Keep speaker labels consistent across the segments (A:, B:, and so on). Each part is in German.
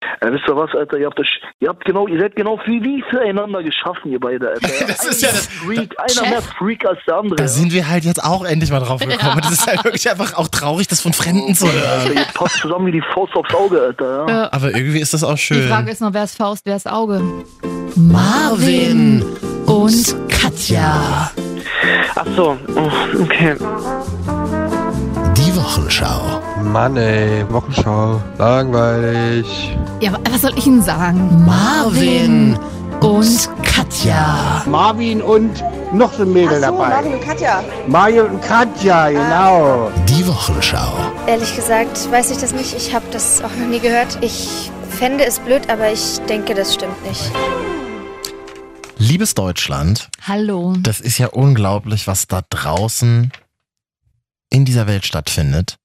A: Ja, Äh, wisst ihr was, Alter? Ihr habt, das, ihr habt genau, ihr seid genau wie, wie füreinander geschaffen, ihr beide, Alter.
B: Das ist ja das-
A: Freak, einer
C: Chef.
A: mehr Freak als der andere.
B: Da sind wir halt jetzt auch endlich mal drauf gekommen. Das ist halt wirklich einfach auch traurig, das von Fremden zu hören.
A: Alter, ihr passt zusammen wie die Faust aufs Auge, Alter. Ja.
B: Aber irgendwie ist das auch schön.
C: Die Frage ist noch, wer ist Faust, wer ist Auge? Marvin und Katja.
D: Ach so, oh, okay.
E: Die Wochenschau.
F: Mann, ey, Wochenschau. Langweilig.
C: Ja, wa- was soll ich Ihnen sagen? Marvin und Katja.
G: Marvin und noch so ein Mädel dabei.
H: Marvin und Katja. Ah.
G: Mario und Katja, genau.
E: Die Wochenschau.
I: Ehrlich gesagt weiß ich das nicht. Ich habe das auch noch nie gehört. Ich fände es blöd, aber ich denke, das stimmt nicht.
B: Liebes Deutschland,
C: Hallo.
B: das ist ja unglaublich, was da draußen in dieser Welt stattfindet.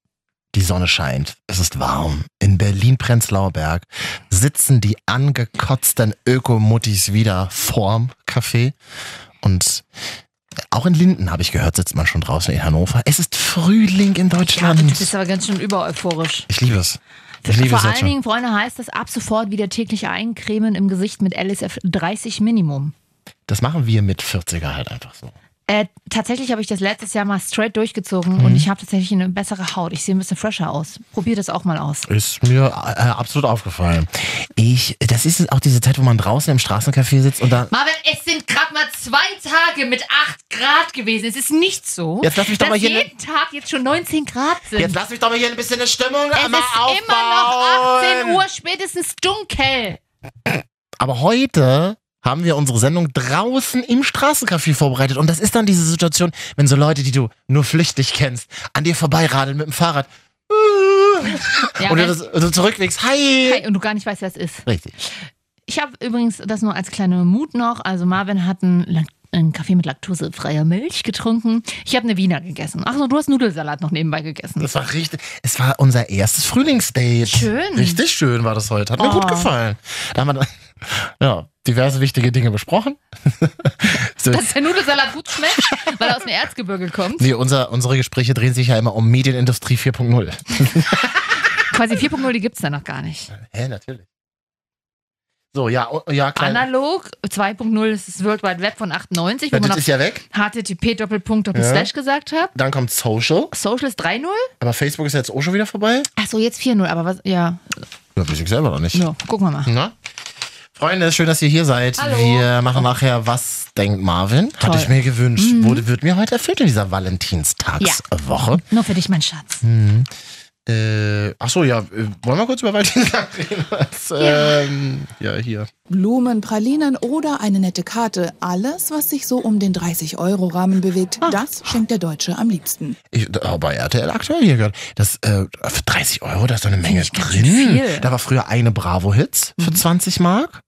B: Die Sonne scheint, es ist warm. In Berlin-Prenzlauberg sitzen die angekotzten Ökomuttis wieder vorm Café. Und auch in Linden, habe ich gehört, sitzt man schon draußen in Hannover. Es ist Frühling in
C: Ja, du
B: Deutschland.
C: bist aber ganz schön übereuphorisch.
B: ich liebe es. Ich liebe es
C: Vor
B: jetzt
C: allen
B: schon.
C: Dingen, Freunde, heißt das ab sofort wieder täglich eincremen im Gesicht mit LSF 30 Minimum.
B: Das machen wir mit 40er halt einfach so.
C: Äh, tatsächlich habe ich das letztes Jahr mal straight durchgezogen
B: Mhm.
C: und ich habe tatsächlich eine bessere Haut. Ich sehe ein bisschen fresher aus. Probier das auch mal aus.
B: Ist mir äh, absolut aufgefallen. Ich, das ist auch diese Zeit, wo man draußen im Straßencafé sitzt und dann.
C: Marvin, es sind gerade mal zwei Tage mit 8 Grad gewesen. Es ist nicht so,
B: Jetzt lass mich doch
C: dass
B: mal hier ne-
C: jeden Tag jetzt schon 19 Grad sind.
B: Jetzt lass mich doch mal hier ein bisschen eine Stimmung
C: es ist
B: mal aufbauen.
C: immer noch 18 Uhr, spätestens dunkel.
B: Aber heute haben wir unsere Sendung draußen im Straßencafé vorbereitet. Und das ist dann diese Situation, wenn so Leute, die du nur flüchtig kennst, an dir vorbeiradeln mit dem Fahrrad.
C: Ja,
B: und du
C: wenn-
B: das- so zurückwinkst. Hi.
C: Hi, und du gar nicht weißt, wer es ist.
B: Richtig.
C: Ich habe übrigens das nur als kleine Mut noch. Also Marvin hat einen, Lak- einen Kaffee mit laktosefreier Milch getrunken. Ich habe eine Wiener gegessen. Achso, du hast Nudelsalat noch nebenbei gegessen.
B: Das war richtig. Es war unser erstes Frühlingsdate.
C: Schön.
B: Richtig schön war das heute. Hat mir
C: Oh.
B: gut gefallen. Da haben wir ja, diverse wichtige Dinge besprochen. so,
C: Dass der Nudelsalat gut schmeckt, weil er aus dem Erzgebirge kommt.
B: nee, unser, unsere Gespräche drehen sich ja immer um Medienindustrie 4.0.
C: Quasi 4.0, die gibt es da noch gar nicht.
B: Hä, natürlich. So, ja, oh, ja, klein.
C: Analog 2.0 ist das World Wide Web von 98, wo
B: Ja,
C: man
B: das
C: auf
B: ist ja weg.
C: http doppelpunkt doppelslash gesagt hat.
B: Dann kommt Social.
C: Social ist 3.0.
B: Aber Facebook ist jetzt auch schon wieder vorbei.
C: Achso, jetzt 4.0, aber was, ja,
B: Ja, weiß ich selber noch nicht.
C: ja, gucken wir mal.
B: Na? Freunde, schön, dass ihr hier seid.
C: Hallo.
B: Wir machen nachher Was denkt Marvin? Hatte
C: Toll. Mhm.
B: ich mir gewünscht. Wurde, wird mir heute erfüllt in dieser Valentinstagswoche.
C: Nur für dich, mein Schatz.
B: Hm. Äh, ach so, ja, äh, wollen wir kurz über Valentinstag reden? Das, ähm, ja, hier.
H: Blumen, Pralinen oder eine nette Karte. Alles, was sich so um den 30-Euro-Rahmen bewegt, das schenkt der Deutsche am liebsten.
B: Ich, da- oh, bei RTL aktuell hier gerade. Das, äh, für 30 Euro, da ist doch eine Menge
C: ich ganz
B: drin.
C: viel.
B: Da war früher eine Bravo-Hits für 20 Mark.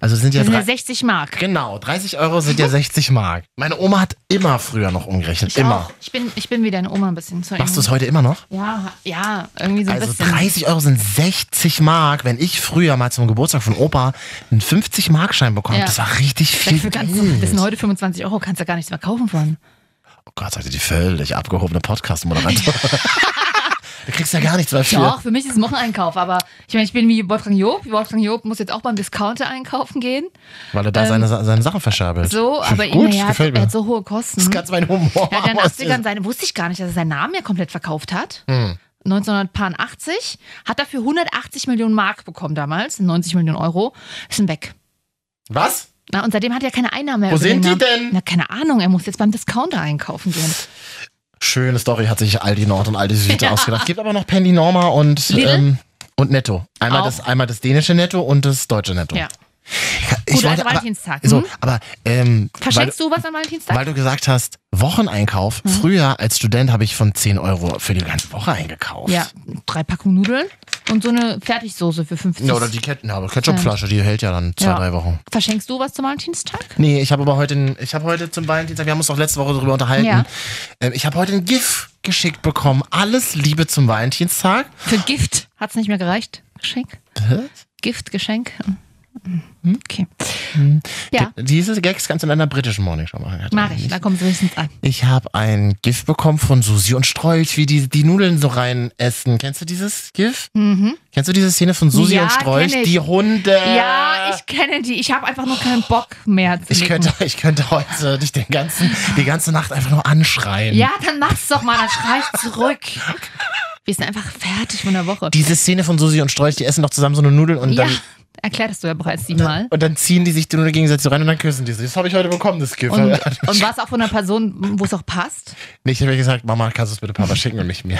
B: Also sind ja
C: Das sind ja
B: drei,
C: 60 Mark.
B: Genau, 30 Euro sind ja 60 Mark. Meine Oma hat immer früher noch umgerechnet.
C: Ich
B: immer.
C: auch. Ich bin, ich bin wie deine Oma ein bisschen. Sorry.
B: Machst du es heute immer noch?
C: Ja, ja, irgendwie so ein
B: Also
C: bisschen.
B: 30 Euro sind 60 Mark. Wenn ich früher mal zum Geburtstag von Opa einen 50-Mark-Schein bekommen,
C: Ja.
B: das war richtig viel
C: Dafür kannst du, das sind
B: Geld.
C: heute 25 Euro, kannst du gar nichts mehr kaufen von.
B: Oh Gott, heute die völlig abgehobene Podcast-Moderatorin. du kriegst ja gar nichts dafür.
C: Doch, für mich ist es Wocheneinkauf, aber ich meine, ich bin wie Wolfgang Job. Wolfgang Job muss jetzt auch beim Discounter einkaufen gehen.
B: Weil er da
C: Ähm,
B: seine, seine Sachen verscherbelt.
C: So,
B: Finde
C: aber
B: ich gut,
C: ihm, er, hat,
B: gefällt mir.
C: er hat so hohe Kosten.
B: das ist ganz mein Humor.
C: Er hat ja in
B: Aber es ist- Hm.
C: den 80ern seine, wusste ich gar nicht, dass er seinen Namen ja komplett verkauft hat. 1980, hat dafür 180 Millionen Mark bekommen damals, 90 Millionen Euro, ist ihn weg.
B: Was?
C: Na, und seitdem hat er keine Einnahmen mehr.
B: Wo
C: über den
B: sind die
C: Namen.
B: denn?
C: Na, keine Ahnung, er muss jetzt beim Discounter einkaufen gehen.
B: Schöne Story hat sich Aldi Nord und Aldi Süd ausgedacht. Gibt aber noch Penny Norma und,
C: Lidl?
B: ähm, und Netto. Einmal
C: Auch.
B: das, einmal das dänische Netto und das deutsche Netto.
C: Ja.
B: Ich
C: Gut,
B: wollte
C: also Valentinstag.
B: Aber, so,
C: hm?
B: aber ähm, weil,
C: Verschenkst du was an Valentinstag?
B: weil du gesagt hast, Wocheneinkauf.
C: Mhm.
B: Früher als Student habe ich von 10 Euro für die ganze Woche eingekauft.
C: ja, drei Packungen Nudeln und so eine Fertigsoße für 50.
B: Ja, oder die Ketten, aber Ketchupflasche, die hält ja dann zwei,
C: Ja.
B: drei Wochen.
C: Verschenkst du was zum Valentinstag?
B: Nee, ich habe aber heute, ein- ich habe heute zum Valentinstag, wir haben uns doch letzte Woche darüber unterhalten.
C: Ja.
B: Ähm, ich habe heute ein GIF geschickt bekommen. Alles Liebe zum Valentinstag.
C: Für Gift hat's nicht mehr gereicht. Geschenk? Gift, Geschenk. Okay.
B: Hm.
C: Ja.
B: Die- Diese Gags kannst du in einer britischen Morningshow machen. Hat
C: Mach
B: er
C: ich,
B: nicht.
C: da kommt es wenigstens an.
B: Ich habe ein GIF bekommen von Susi und Strolch, wie die die Nudeln so rein essen. Kennst du dieses GIF?
C: Mhm.
B: Kennst du diese Szene von Susi
C: Ja,
B: und Strolch?
C: kenn ich.
B: Die Hunde.
C: Ja, ich kenne die. Ich habe einfach nur keinen Bock mehr zu
B: Äh. Ich
C: nicken.
B: könnte, ich könnte heute dich den ganzen, die ganze Nacht einfach nur anschreien.
C: Ja, dann mach's doch mal, dann schrei ich zurück. Wir sind einfach fertig von der Woche.
B: Diese Szene von Susi und Strolch, die essen doch zusammen so eine Nudel und
C: ja,
B: dann
C: erklärtest du ja bereits siebenmal.
B: und dann ziehen die sich die Nudel gegenseitig so rein und dann küssen die sich. Das habe ich heute bekommen, das GIF.
C: Und, und war es auch von einer Person, wo es auch passt?
B: ich habe gesagt, Mama, kannst du es bitte Papa schicken und nicht mir.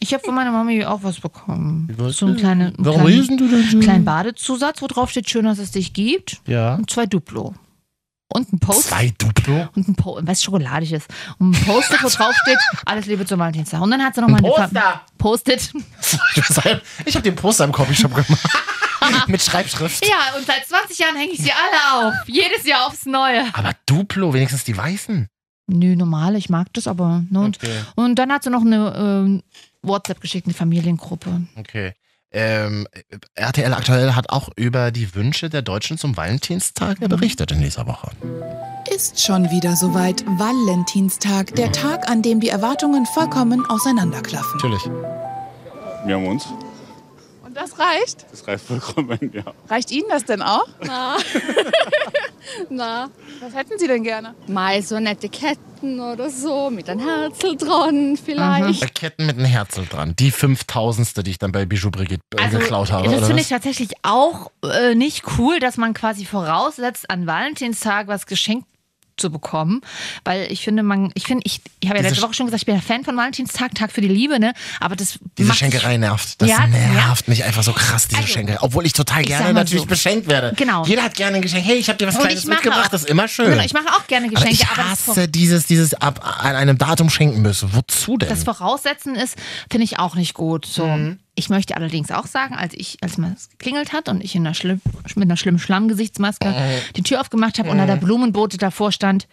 C: Ich habe von meiner Mami auch was bekommen.
B: Was
C: So einen
B: denn?
C: kleinen, einen
B: Warum
C: kleinen,
B: lesen du denn so?
C: kleinen Badezusatz, wo drauf steht, schön, dass es dich gibt.
B: Ja.
C: Und zwei Duplo. Und ein Post.
B: Zwei Duplo.
C: Und ein po was schokoladiges. Und ein Post-it, wo drauf steht, alles Liebe zum Valentinstag. Und dann hat sie nochmal
B: Ein
C: eine Ver- Post-it.
B: Ich habe den Poster im Copyshop gemacht. Mit Schreibschrift.
C: Ja, und seit 20 Jahren hänge ich sie alle auf. Jedes Jahr aufs Neue.
B: Aber Duplo, wenigstens die Weißen.
C: Nö, normal, ich mag das, aber. Ne, und,
B: Okay.
C: und dann hat sie noch eine ähm, WhatsApp geschickt, eine Familiengruppe.
B: okay. Ähm, RTL aktuell hat auch über die Wünsche der Deutschen zum Valentinstag berichtet in dieser Woche.
H: Ist schon wieder soweit. Valentinstag, der Tag, an dem die Erwartungen vollkommen auseinanderklaffen.
B: Natürlich.
J: Wir haben uns.
K: Und das reicht?
J: Das reicht vollkommen, ja.
K: Reicht Ihnen das denn auch? Na. Na. Was hätten Sie denn gerne? Mal so nette Ketten oder so mit einem Herzl dran vielleicht.
B: Äh, Ketten mit einem Herzel dran. Die 5000ste, die ich dann bei Bijou Brigitte äh, geklaut habe.
C: Also, das
B: oder
C: finde
B: was?
C: ich tatsächlich auch äh, nicht cool, dass man quasi voraussetzt, an Valentinstag was geschenkt zu bekommen, weil ich finde, man, ich finde, ich, ich habe ja
B: Diese
C: letzte
B: Sch-
C: Woche schon gesagt, ich bin ein Fan von Valentinstag, Tag für die Liebe, ne? Aber das
B: Diese
C: macht sich-
B: Schenkerei nervt. Das
C: Ja, ja. Also,
B: nervt mich einfach so krass, diese Schenkerei. Obwohl ich total
C: ich
B: gerne
C: sag mal
B: natürlich
C: so.
B: beschenkt werde.
C: Genau.
B: Jeder hat gerne ein Geschenk. Hey, ich habe dir was
C: Und
B: Kleines
C: ich mache
B: mitgebracht,
C: auch-
B: das ist immer schön.
C: Genau, ich mache auch gerne
B: aber ich
C: Geschenke, aber, das
B: hasse
C: Vor-
B: dieses, dieses ab an einem Datum schenken müssen. Wozu denn?
C: das Voraussetzen ist, finde ich auch nicht gut. So.
B: Mhm.
C: Ich möchte allerdings auch sagen, als ich, als man es geklingelt hat und ich in einer schlimm, mit einer schlimmen Schlammgesichtsmaske
B: Mhm.
C: die Tür aufgemacht habe und da der Blumenbote davor stand,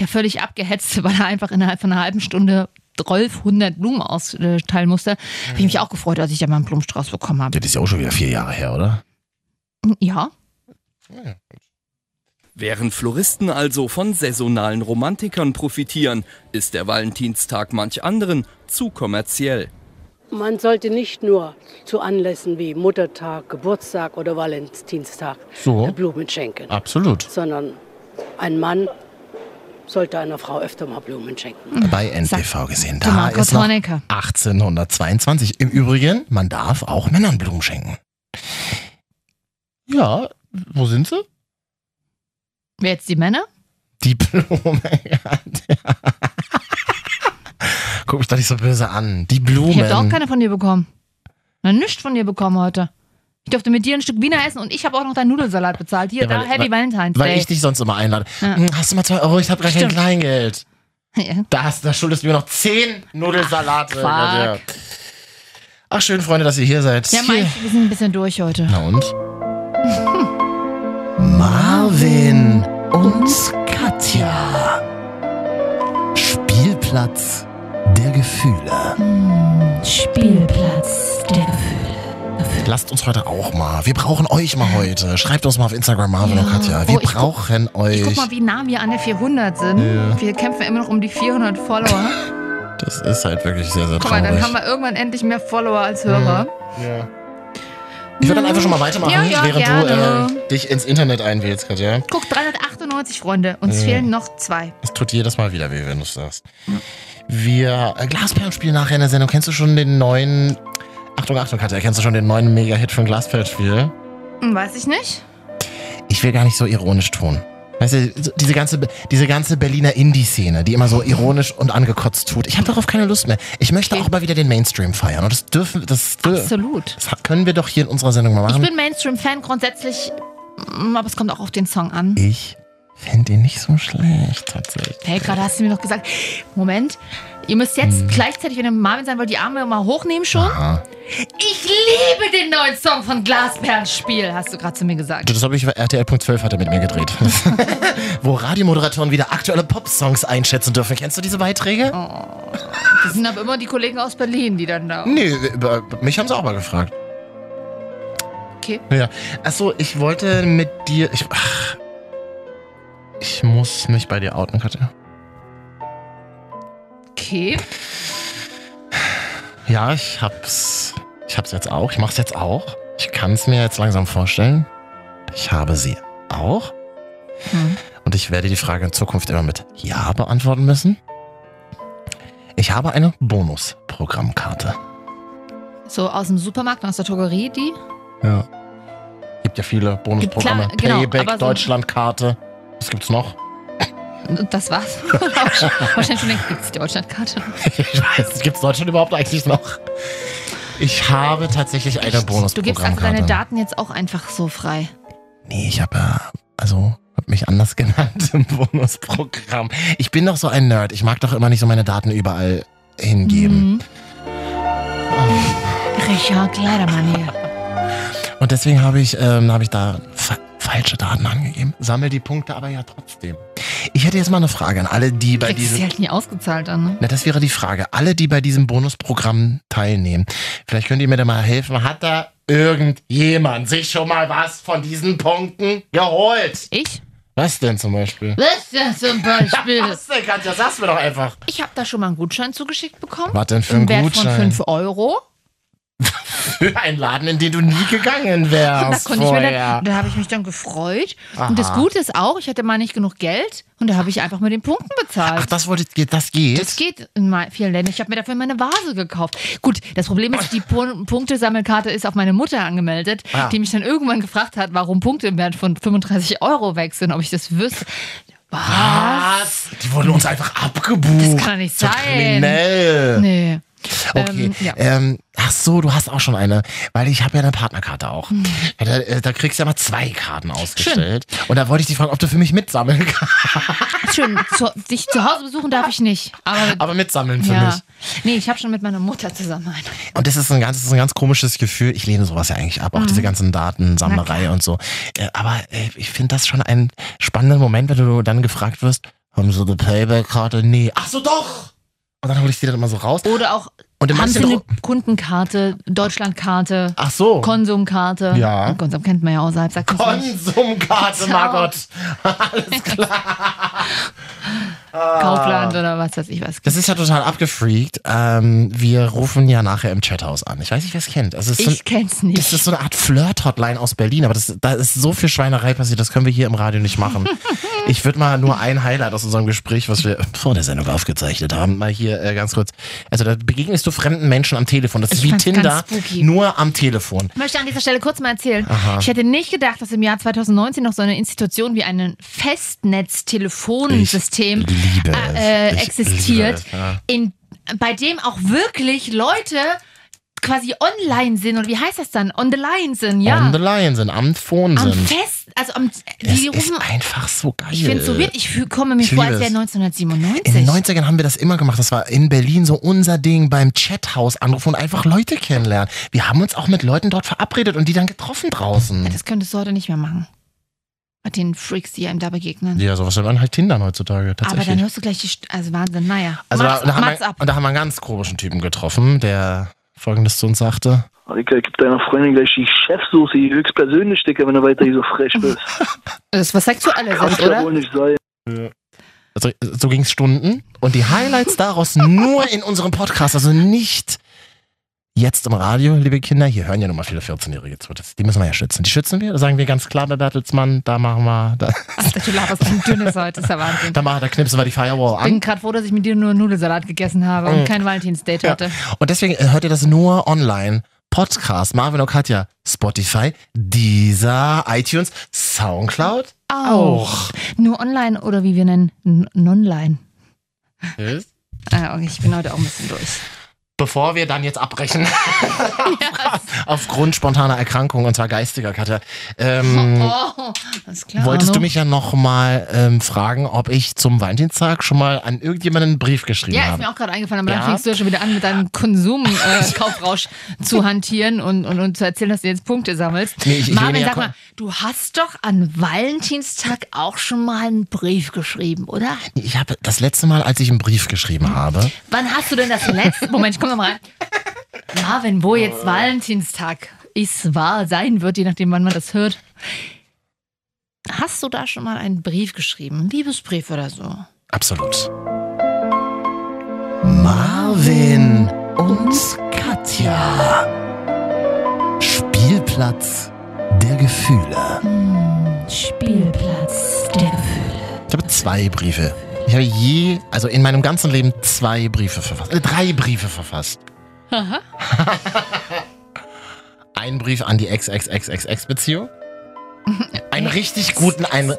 C: der völlig abgehetzte, weil er einfach innerhalb von einer halben Stunde 1200 Blumen austeilen musste, habe ich
B: Mhm.
C: mich auch gefreut, als ich da mal einen Blumenstrauß bekommen habe.
B: das ist ja auch schon wieder vier Jahre her, oder?
C: Ja.
L: Während Floristen also von saisonalen Romantikern profitieren, ist der Valentinstag manch anderen zu kommerziell.
M: Man sollte nicht nur zu Anlässen wie Muttertag, Geburtstag oder Valentinstag
B: So.
M: Blumen schenken,
B: Absolut.
M: sondern ein Mann sollte einer Frau öfter mal Blumen schenken.
B: Bei NTV gesehen.
C: Der
B: Da
C: Marco
B: ist noch
C: Zorniger.
B: 1822. Im Übrigen, man darf auch Männern Blumen schenken. Ja, wo sind sie?
C: Wer jetzt die Männer?
B: Die Blume. Guck mich doch nicht so böse an. Die
C: Ich habe auch
B: Blumen.
C: keine von dir bekommen. Na, nichts von dir bekommen heute. Ich durfte mit dir ein Stück Wiener essen und ich habe auch noch deinen Nudelsalat bezahlt. Hier,
B: Ja, weil-
C: da, Happy
B: weil-
C: Valentine's
B: Weil
C: Day.
B: ich dich sonst immer einlade.
C: Ja.
B: Hm, Hast du mal zwei Euro? Ich habe gar kein
C: Stimmt.
B: Kleingeld.
C: Ja.
B: Da, hast, da schuldest du mir noch zehn Nudelsalate.
C: Quark.
B: Ach, schön, Freunde, dass ihr hier seid.
C: Ja, Mike, wir sind ein bisschen durch heute.
B: Na und? Marvin und Katja. Spielplatz der Gefühle.
C: Spielplatz der Gefühle.
B: Lasst uns heute auch mal. Wir brauchen euch mal heute. Schreibt uns mal auf Instagram, Marvin
C: Ja.
B: und Katja.
C: Oh,
B: Wir
C: ich guck-
B: brauchen
C: Ich guck
B: euch.
C: mal, wie nah wir an der 400 sind.
B: Ja.
C: Wir kämpfen immer noch um die 400 Follower.
B: Das ist halt wirklich sehr, sehr
C: Guck mal, dann
B: traurig.
C: haben wir irgendwann endlich mehr Follower als Hörer.
B: Ich würde dann einfach schon mal weitermachen,
C: Ja, ja,
B: während du
C: gerne.
B: äh, dich ins Internet einwählst, Katja.
C: Guck, 398 Freunde. Uns
B: Ja.
C: fehlen noch zwei.
B: Es tut jedes Mal wieder weh, wenn du es sagst. Wir äh, Glasperlen spielen nachher in der Sendung. Kennst du schon den neuen. Achtung, Achtung, Katja, kennst du schon den neuen Mega-Hit von Glasperlenspiel?
C: Hm, weiß ich nicht.
B: Ich will gar nicht so ironisch tun. Weißt du, so diese ganze, diese ganze Berliner Indie-Szene, die immer so ironisch und angekotzt tut. Ich habe darauf keine Lust mehr. Ich möchte auch mal wieder den Mainstream feiern. Und das dürfen, das, das
C: Absolut.
B: können wir doch hier in unserer Sendung mal
C: Ich
B: machen.
C: bin Mainstream-Fan grundsätzlich, mm, aber es kommt auch auf den Song an.
B: Ich fände ihn nicht so schlecht, tatsächlich.
C: Hey, gerade hast du mir noch gesagt, Moment, ihr müsst jetzt gleichzeitig, wenn ihr Marvin sein wollt, die Arme mal hochnehmen schon.
B: Hm. Aha.
C: Ich liebe den neuen Song von Glasperlenspiel, hast du gerade zu mir gesagt.
B: Das habe ich bei RTL.12 hat er mit mir gedreht. Wo Radiomoderatoren wieder aktuelle Popsongs einschätzen dürfen. Kennst du diese Beiträge?
C: Das sind aber immer die Kollegen aus Berlin, die dann da.
B: Nee, über, mich haben sie auch mal gefragt.
C: Okay.
B: Ja. Achso, ich wollte mit dir. Ich, ach, ich muss mich bei dir outen, Katja.
C: Okay.
B: Ja, ich hab's. Ich hab's jetzt auch. Ich mach's jetzt auch. Ich kann's mir jetzt langsam vorstellen. Ich habe sie auch.
C: Hm.
B: Und ich werde die Frage in Zukunft immer mit Ja beantworten müssen. Ich habe eine Bonus-Programmkarte.
C: So aus dem Supermarkt und aus der Drogerie, die?
B: Ja. Gibt ja viele Bonusprogramme.
C: Gibt klar- genau,
B: Payback,
C: aber so-
B: Deutschlandkarte. Was gibt's noch?
C: Das war's. Wahrscheinlich schon längst gibt es die Deutschlandkarte.
B: Ich weiß, gibt's Deutschland überhaupt eigentlich noch? Ich habe tatsächlich eine
C: Du gibst also
B: Bonusprogrammkarte.
C: deine Daten jetzt auch einfach so frei.
B: Nee, ich habe ja, also, habe mich anders genannt im Bonusprogramm. Ich bin doch so ein Nerd. Ich mag doch immer nicht so meine Daten überall
C: Mhm.
B: hingeben.
C: Richard Kleidermann hier.
B: Und deswegen habe ich, ähm, habe ich da fa falsche Daten angegeben. Sammel die Punkte aber ja trotzdem. Ich hätte jetzt mal eine Frage an alle, die bei
C: Kriegst du sie
B: diesem.
C: halt nie ausgezahlt an, ne?
B: Na, das wäre die Frage. Alle, die bei diesem Bonusprogramm teilnehmen. Vielleicht könnt ihr mir da mal helfen. Hat da irgendjemand sich schon mal was von diesen Punkten geholt?
C: Ich?
B: Was denn zum Beispiel?
C: Was denn zum Beispiel? Was
B: denn, Katja? Sag's mir doch einfach.
C: Ich habe da schon mal einen Gutschein zugeschickt bekommen.
B: Was denn für
C: Im
B: ein
C: Wert
B: Gutschein?
C: von 5 Euro.
B: Für einen Laden, in den du nie gegangen
C: Und da
B: wärst.
C: konnte ich mir
B: vorher.
C: dann, da habe ich mich dann gefreut.
B: Aha.
C: Und das Gute ist auch, ich hatte mal nicht genug Geld und da habe ich einfach mit den Punkten bezahlt.
B: Ach, das wolltet ihr, das geht?
C: Das geht in mei- vielen Ländern. Ich habe mir dafür meine Vase gekauft. Gut, das Problem ist, die Pun- Punktesammelkarte ist auf meine Mutter angemeldet,
B: Ah.
C: die mich dann irgendwann gefragt hat, warum Punkte im Wert von 35 Euro weg sind, ob ich das wüsste. Was?
B: Die wurden uns einfach abgebucht.
C: Das kann doch nicht
B: So
C: sein.
B: Kriminell.
C: Nee.
B: Okay.
C: Ähm,
B: Ähm,
C: ja.
B: ach so, du hast auch schon eine, weil ich habe ja eine Partnerkarte auch.
C: Hm.
B: Ja, da, äh, da kriegst du ja mal zwei Karten ausgestellt. Und da wollte ich dich fragen, ob du für mich mitsammeln kannst.
C: Schön, zu, dich zu Hause besuchen darf ich nicht. Aber,
B: Aber mitsammeln für
C: ja.
B: mich.
C: Nee, ich habe schon mit meiner Mutter zusammen eine.
B: Und das ist ein ganz, das ist ein ganz komisches Gefühl. Ich lehne sowas ja eigentlich ab, auch
C: Mhm.
B: diese ganzen Datensammlerei und so. Äh, Aber äh, ich finde das schon einen spannenden Moment, wenn du dann gefragt wirst, haben sie eine Payback-Karte? Nee. Ach so, doch! Und dann hole ich die dann immer so raus.
C: Oder auch
B: Und im
C: haben Sie
B: manchen
C: eine Kundenkarte, Deutschlandkarte,
B: Ach so.
C: Konsumkarte.
B: Ja.
C: Konsum kennt man ja außerhalb. sagt man's nicht.
B: Konsumkarte,
C: Genau.
B: Margot. Alles klar.
C: Kaufland oder was weiß ich was.
B: Das ist ja total abgefreakt. Ähm, wir rufen ja nachher im Chathaus an. Ich weiß nicht, wer es kennt. Also es ist so,
C: Ich kenn's nicht.
B: Das ist so eine Art Flirt-Hotline aus Berlin, aber das, da ist so viel Schweinerei passiert, das können wir hier im Radio nicht machen. ich würde mal nur ein Highlight aus unserem Gespräch, was wir vor der Sendung aufgezeichnet haben, mal hier äh, ganz kurz. Also da begegnest du fremden Menschen am Telefon. Das ist
C: Ich
B: wie
C: fand's ganz
B: Tinder,
C: spooky.
B: nur am Telefon.
C: Ich möchte an dieser Stelle kurz mal erzählen.
B: Aha.
C: Ich hätte nicht gedacht, dass im Jahr 2019 noch so eine Institution wie ein Festnetztelefonsystem
B: liebe
C: Hm, äh,
B: es. Ich
C: existiert,
B: liebe es, ja.
C: in, bei dem auch wirklich Leute quasi online sind und wie heißt das dann? On the line sind, ja.
B: On the line sind, am Phone
C: am
B: sind.
C: Fest, also am,
B: es
C: die rufen,
B: ist einfach so geil.
C: ich finde es so weird, ich fühl- komme mir
B: Ich
C: vor,
B: liebe
C: als wäre
B: es.
C: 1997.
B: In den 90ern haben wir das immer gemacht. Das war in Berlin so unser Ding beim Chathaus anrufen und einfach Leute kennenlernen. Wir haben uns auch mit Leuten dort verabredet und die dann getroffen draußen.
C: Das könntest du heute nicht mehr machen. Bei den Freaks, die einem da begegnen.
B: Ja, sowas nennt man halt Tinder heutzutage.
C: Aber
B: Tatsächlich.
C: dann hörst du gleich die. St also Wahnsinn, naja.
B: also
C: mach's,
B: da, da, haben
C: mach's
B: wir,
C: ab.
B: und da haben wir einen ganz komischen Typen getroffen, der folgendes zu uns sagte.
A: Alter, gib deiner Freundin gleich die Chefsoße, die höchstpersönlich, Dicker, wenn du weiter hier so frech bist.
C: Das ist was Sexuelles,
A: Kannst ja wohl nicht sein.
B: Also, so ging es Stunden. Und die Highlights daraus nur in unserem Podcast, also nicht jetzt im Radio, liebe Kinder. Hier hören ja nun mal viele 14-Jährige zu. Das, die müssen wir ja schützen. Die schützen wir, da sagen wir ganz klar bei Bertelsmann, da machen wir, da,
C: Alter, du laberst ein dünnes heute, ist ja Wahnsinn.
B: da, machen, da knipsen wir die Firewall
C: Ich bin
B: an.
C: gerade froh, dass ich mit dir nur Nudelsalat gegessen habe und
B: Mhm.
C: kein Valentinsdate
B: Ja.
C: hatte.
B: Und deswegen äh, hört ihr das nur online. Podcast, Marvin und Katja, Spotify, dieser iTunes, Soundcloud auch.
C: Nur online oder wie wir nennen, n- nonline.
B: Tschüss.
C: Ah, okay, ich bin heute auch ein bisschen durch.
B: Bevor wir dann jetzt abbrechen, aufgrund spontaner Erkrankung und zwar geistiger, Katja, ähm,
C: Oh, alles klar.
B: wolltest
C: Arno.
B: du mich ja nochmal ähm, fragen, ob ich zum Valentinstag schon mal an irgendjemanden einen Brief geschrieben
C: Ja, ist
B: habe.
C: mir auch gerade eingefallen, aber
B: Ja.
C: dann fängst du ja schon wieder an, mit deinem Konsumkaufrausch äh, Kaufrausch zu hantieren und, und, und zu erzählen, dass du jetzt Punkte sammelst.
B: Nee, ich- ich lehne
C: Marvin,
B: ja
C: sag
B: kom-
C: mal, du hast doch an Valentinstag auch schon mal einen Brief geschrieben, oder?
B: Ich habe das letzte Mal, als ich einen Brief geschrieben habe, Oh.
C: Wann hast du denn das letzte? Moment, ich komme nochmal rein. Marvin, wo jetzt Valentinstag? es wahr sein wird, je nachdem, wann man das hört. Hast du da schon mal einen Brief geschrieben? Einen Liebesbrief oder so?
B: Absolut. Marvin und Katja. Spielplatz der Gefühle.
C: Spielplatz der Gefühle.
B: Ich habe zwei Briefe. Ich habe je, also in meinem ganzen Leben zwei Briefe verfasst. Äh, drei Briefe verfasst.
C: Aha.
B: Ein Brief an die XXXXX-Beziehung. Einen richtig guten, einen,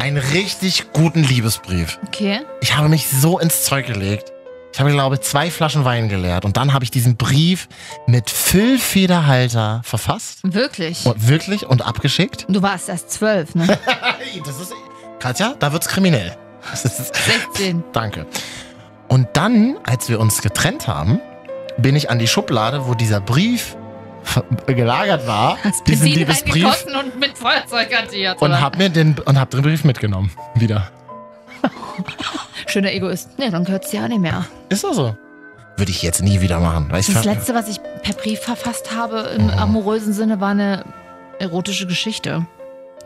B: einen richtig guten Liebesbrief.
C: Okay.
B: Ich habe mich so ins Zeug gelegt. Ich habe, glaube ich, zwei Flaschen Wein geleert. Und dann habe ich diesen Brief mit Füllfederhalter verfasst.
C: Wirklich?
B: Und wirklich und abgeschickt.
C: Du warst erst zwölf, ne?
B: das ist Katja, da wird's kriminell. Das ist-
C: 16.
B: Danke. Und dann, als wir uns getrennt haben, bin ich an die Schublade, wo dieser Brief ver- gelagert war, diesen
C: Benzin
B: Liebesbrief,
C: reingekotzt und mit Feuerzeug hantiert.
B: und
C: oder?
B: hab mir den und hab den Brief mitgenommen wieder.
C: Schöner Egoist. Ne, dann gehört's ja auch nicht mehr.
B: Ist das so? Würde ich jetzt nie wieder machen. Weil ich
C: Das
B: ver-
C: letzte, was ich per Brief verfasst habe, im amorösen Sinne, war eine erotische Geschichte.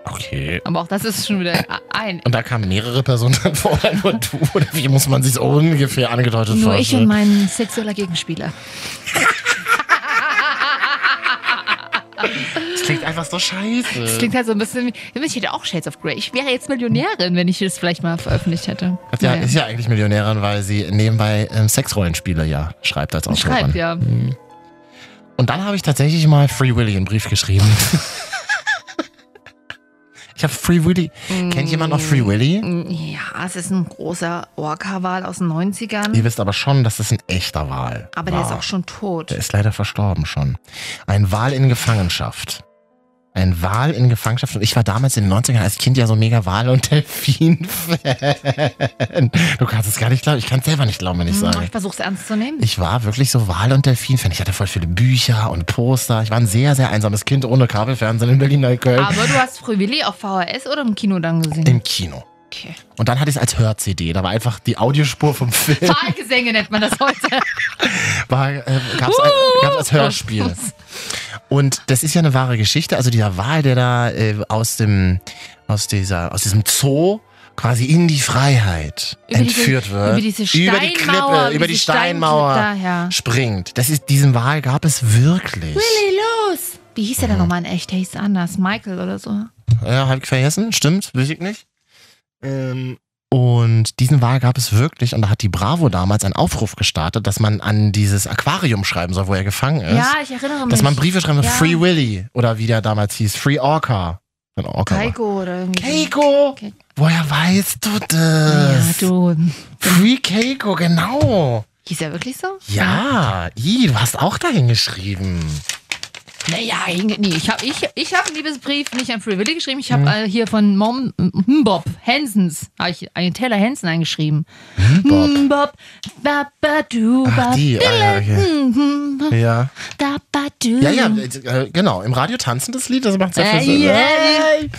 B: okay.
C: Aber auch das ist schon wieder ein.
B: Und da kamen mehrere Personen dran vor, oder nur du. Oder wie muss man sich ungefähr angedeutet
C: Nur ich und
B: vorstellen?
C: mein sexueller Gegenspieler.
B: Das klingt einfach so scheiße.
C: Das klingt halt so ein bisschen wie. Ich hätte auch Shades of Grey. Ich wäre jetzt Millionärin, wenn ich das vielleicht mal veröffentlicht hätte.
B: Hat ja,
C: Naja.
B: Ist ja eigentlich Millionärin, weil sie nebenbei ähm, Sexrollenspiele ja schreibt als Autorin.
C: Schreibt, ja.
B: Und dann habe ich tatsächlich mal Free Willy einen Brief geschrieben. ich habe Free Willy. Kennt jemand noch Free Willy?
C: Mm. Ja, es ist ein großer Orca-Wal aus den 90ern.
B: Ihr wisst aber schon, dass das ein echter Wal
C: aber der ist
B: war.
C: auch schon tot.
B: Ah. Der ist leider verstorben schon. Ein Wal in Gefangenschaft. Ein Wal in Gefangenschaft. Und ich war damals in den 90ern als Kind ja so mega Wal- und Delfin-Fan. Du kannst es gar nicht glauben. Ich kann es selber nicht glauben, wenn ich
C: Hm,
B: sage.
C: Ich versuche es ernst zu nehmen.
B: Ich war wirklich so Wal- und Delfin-Fan. Ich hatte voll viele Bücher und Poster. Ich war ein sehr, sehr einsames Kind ohne Kabelfernsehen in Berlin-Neukölln.
C: aber du hast Frühwilli auf VHS oder im Kino dann gesehen?
B: Im Kino.
C: Okay.
B: Und dann hatte ich es als Hör-CD. Da war einfach die Audiospur vom Film.
C: Wahlgesänge nennt man das heute.
B: War, äh, gab's, ein, gab's als Hörspiel. Und das ist ja eine wahre Geschichte. Also dieser Wal, der da äh, aus, dem, aus, dieser, aus diesem Zoo quasi in die Freiheit
C: Über diese-
B: entführt wird.
C: über diese
B: über die
C: Steinmauer,
B: Klippe,
C: über
B: über die
C: diese
B: Steinmauer
C: Steinklippe, ja.
B: springt. Das ist, diesen Wal gab es wirklich.
C: Willi, los! Wie hieß der denn nochmal in echt? Der hieß anders. Michael oder so.
B: Ja, habe ich vergessen. Stimmt, weiß ich nicht. Ähm, und diesen Wal gab es wirklich und da hat die Bravo damals einen Aufruf gestartet, dass man an dieses Aquarium schreiben soll, wo er gefangen ist.
C: Ja, ich erinnere mich.
B: Dass man Briefe schreiben soll,
C: Ja.
B: Free Willy oder wie der damals hieß, Free Orca. Ein Orca. war.
C: Keiko oder irgendwie.
B: Keiko! Woher weißt du das?
C: Ja, du.
B: Free Keiko, genau.
C: Hieß er wirklich so?
B: Ja, I, du hast auch dahin geschrieben.
C: Naja, irgendwie- nee, ich habe ich, ich hab einen Liebesbrief nicht an Free Willy geschrieben. Ich
B: Mhm.
C: habe äh, hier von Mom M- Bob Hensons, habe ich einen Taylor Henson eingeschrieben.
B: Hm, Bob.
C: M- Bob. Babadu,
B: Ach, die, ah, ja,
C: Babadilla,
B: okay.
C: m- m-
B: Ja.
C: Babadu.
B: Ja, ja, äh, genau. Im Radio tanzen das Lied, das macht sehr viel
C: Äh,
B: Sinn. ne?
C: yeah.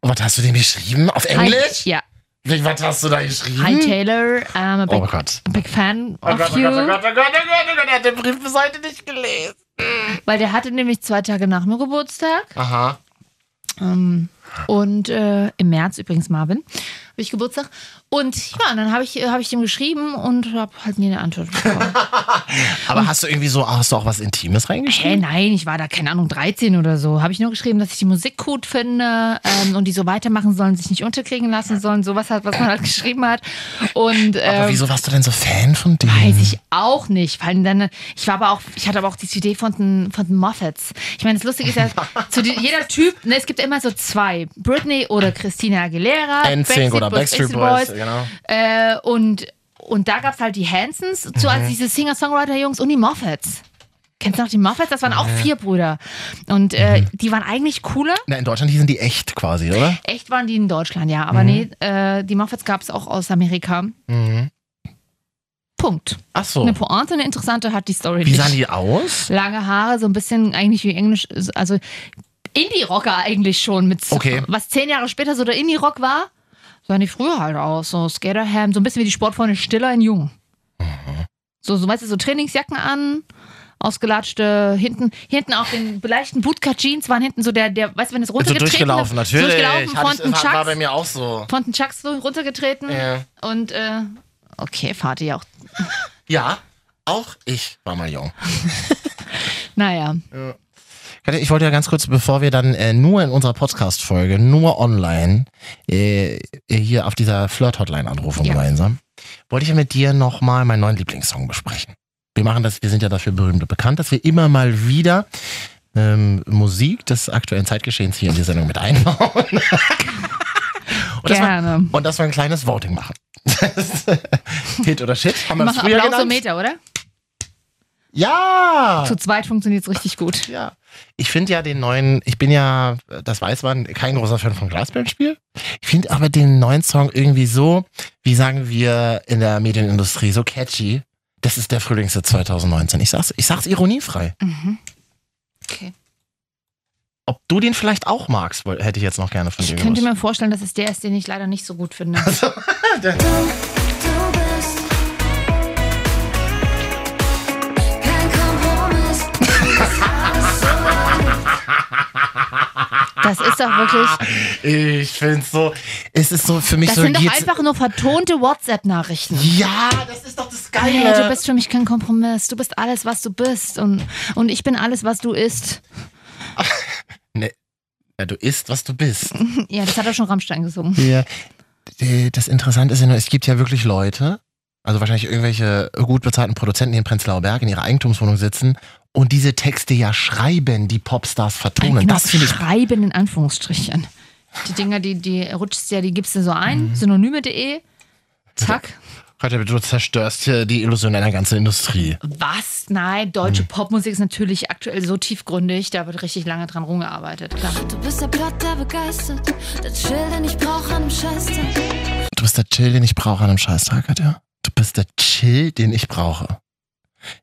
B: Und Was hast du denn geschrieben? Auf
C: Halt.
B: Englisch?
C: Hi, ja.
B: Wie- Was hast du da geschrieben?
C: Hi Taylor, I'm a
B: Oh
C: big,
B: Gott.
C: big fan
B: Oh Gott,
C: of
B: oh
C: you.
B: Gott, oh Gott, oh Gott, oh Gott, oh Gott, er hat den Brief bis heute nicht gelesen.
C: Weil der hatte nämlich zwei Tage nach mir Geburtstag.
B: Aha.
C: Ähm, und äh, im März übrigens, Marvin, habe ich Geburtstag. Und ja, und dann habe ich, äh, hab ich dem geschrieben und habe halt nie eine Antwort bekommen.
B: Aber hast du irgendwie so, hast du auch was Intimes
C: Hä,
B: reingeschrieben?
C: nein, ich war da, keine Ahnung, 13 oder so. Habe ich nur geschrieben, dass ich die Musik gut finde ähm, und die so weitermachen sollen, sich nicht unterkriegen lassen sollen, sowas halt, was man halt geschrieben hat. Und, ähm,
B: Aber wieso warst du denn so Fan von dem?
C: Weiß ich auch nicht. Vor allem dann, ich war aber auch, ich hatte aber auch die CD von den, von den Moffats. Ich meine, das Lustige ist ja, zu den, jeder Typ, ne, es gibt immer so zwei: Britney oder Christina Aguilera.
B: NSYNC oder Backstreet Boys, genau.
C: Äh, und, und da gab es halt die Hansons, so als
B: Mhm.
C: diese Singer-Songwriter-Jungs und die Moffats. Kennst du noch die Moffats? Das waren auch vier Brüder. Und
B: Mhm.
C: äh, die waren eigentlich cooler.
B: Na, in Deutschland hießen die echt quasi, oder?
C: Echt waren die in Deutschland, ja. Aber
B: Mhm.
C: nee, äh, die Moffats gab es auch aus Amerika.
B: Mhm.
C: Punkt.
B: Ach so.
C: Eine Pointe, eine interessante hat die Story
B: Oh. Wie
C: nicht.
B: sahen die aus?
C: Lange Haare, so ein bisschen eigentlich wie Englisch, also Indie-Rocker eigentlich schon. mit
B: Okay.
C: Was zehn Jahre später so der Indie-Rock war, sahen die früher halt aus. So Skaterham, so ein bisschen wie die Sportfreunde Stiller in Jung. So, so, weißt du, so Trainingsjacken an, ausgelatschte hinten, hinten auf den beleichten Bootka-Jeans waren hinten so der, der, weißt du, wenn es runtergetreten
B: durchgelaufen, natürlich.
C: Durchgelaufen,
B: Hatte ich-
C: Fonten
B: war-
C: Chucks.
B: war bei mir auch so.
C: Fonten Chucks so runtergetreten.
B: Ja.
C: Und, äh, okay, Vati ja auch.
B: Ja, auch ich war mal jung.
C: Naja.
B: Katja, Ich wollte ja ganz kurz, bevor wir dann äh, nur in unserer Podcast-Folge, nur online, äh, hier auf dieser Flirt-Hotline anrufen
C: Ja.
B: gemeinsam, wollte ich ja mit dir nochmal meinen neuen Lieblingssong besprechen. Wir machen das, wir sind ja dafür berühmt und bekannt, dass wir immer mal wieder ähm, Musik des aktuellen Zeitgeschehens hier in die Sendung mit einbauen. und, dass
C: wir,
B: und dass wir ein kleines Voting machen. Hit oder Shit, haben wir das
C: Machen
B: früher
C: Applaus
B: genannt?
C: so Meter, oder?
B: Ja!
C: Zu zweit funktioniert es richtig gut.
B: Ja. Ich finde ja den neuen, ich bin ja, das weiß man, kein großer Fan von Glasbandspiel. Ich finde aber den neuen Song irgendwie so, wie sagen wir in der Medienindustrie, so catchy. Das ist der Frühlingshit 2019. Ich sag's, ich sag's ironiefrei.
C: Okay.
B: Ob du den vielleicht auch magst, woll- hätte ich jetzt noch gerne von dir
C: Ich könnte
B: gewusst.
C: mir vorstellen, dass es der ist, den ich leider nicht so gut finde. Das ist doch wirklich-
B: Ich find's so. Es ist so für mich
C: das
B: Ah, so.
C: sind doch
B: geht's-
C: einfach nur vertonte WhatsApp-Nachrichten.
B: Ja, das ist doch das Geile.
C: Nee, du bist für mich kein Kompromiss. Du bist alles, was du bist. Und, und ich bin alles, was du isst.
B: Nee. Ja, du isst, was du bist.
C: Ja, das hat er schon Rammstein gesungen.
B: Ja. Äh, Das Interessante ist ja nur, es gibt ja wirklich Leute, also wahrscheinlich irgendwelche gut bezahlten Produzenten hier in Prenzlauer Berg in ihrer Eigentumswohnung sitzen und diese Texte ja schreiben, die Popstars vertonen.
C: Genau,
B: Das finde ich.
C: Schreiben in Anführungsstrichen. Die Dinger, die, die rutschst ja, die gibst du so
B: Mhm.
C: ein. Synonyme.de. Zack.
B: Katja, du zerstörst hier die Illusion einer ganzen Industrie.
C: Was? Nein,
B: Mhm.
C: deutsche Popmusik ist natürlich aktuell so tiefgründig, da wird richtig lange dran rumgearbeitet. Klar.
N: Du bist der Plot, der begeistert. Der Chill, den ich brauche an einem Scheißtag.
B: Du bist der Chill, den ich brauche an einem Scheißtag, Katja. Du bist der Chill, den ich brauche.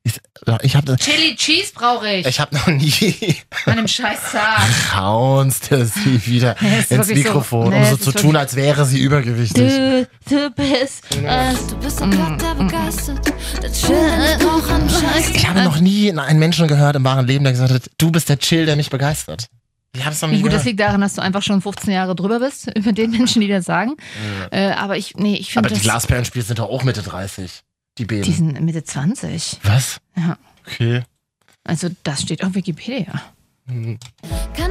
B: Ich, ich habe
C: Chili Cheese brauche ich.
B: ich hab noch nie
C: An einem scheiß Tag.
B: raunst sie wieder
C: Nee, ist
B: ins
C: wirklich so-
B: Mikrofon,
C: nee,
B: um so
C: es ist
B: zu tun,
C: wirklich-
B: als wäre sie übergewichtig.
N: Du,
C: du bist.
N: Du bist der Plot, der begeistert. Der Chill, den ich brauche an einem Scheißtag.
B: Ich habe noch nie einen Menschen gehört im wahren Leben, der gesagt hat, du bist der Chill, der mich begeistert. Ich habe es noch nie
C: Wie gut, das
B: gehört.
C: liegt daran, dass du einfach schon 15 Jahre drüber bist, über den Menschen, die das sagen. Äh, aber ich, nee, ich
B: Aber
C: finde
B: die
C: das.
B: Glasperlenspiele sind doch auch Mitte 30. Die Beben.
C: die sind Mitte 20.
B: Was?
C: Ja.
B: Okay.
C: Also, das steht auf Wikipedia.
N: Kann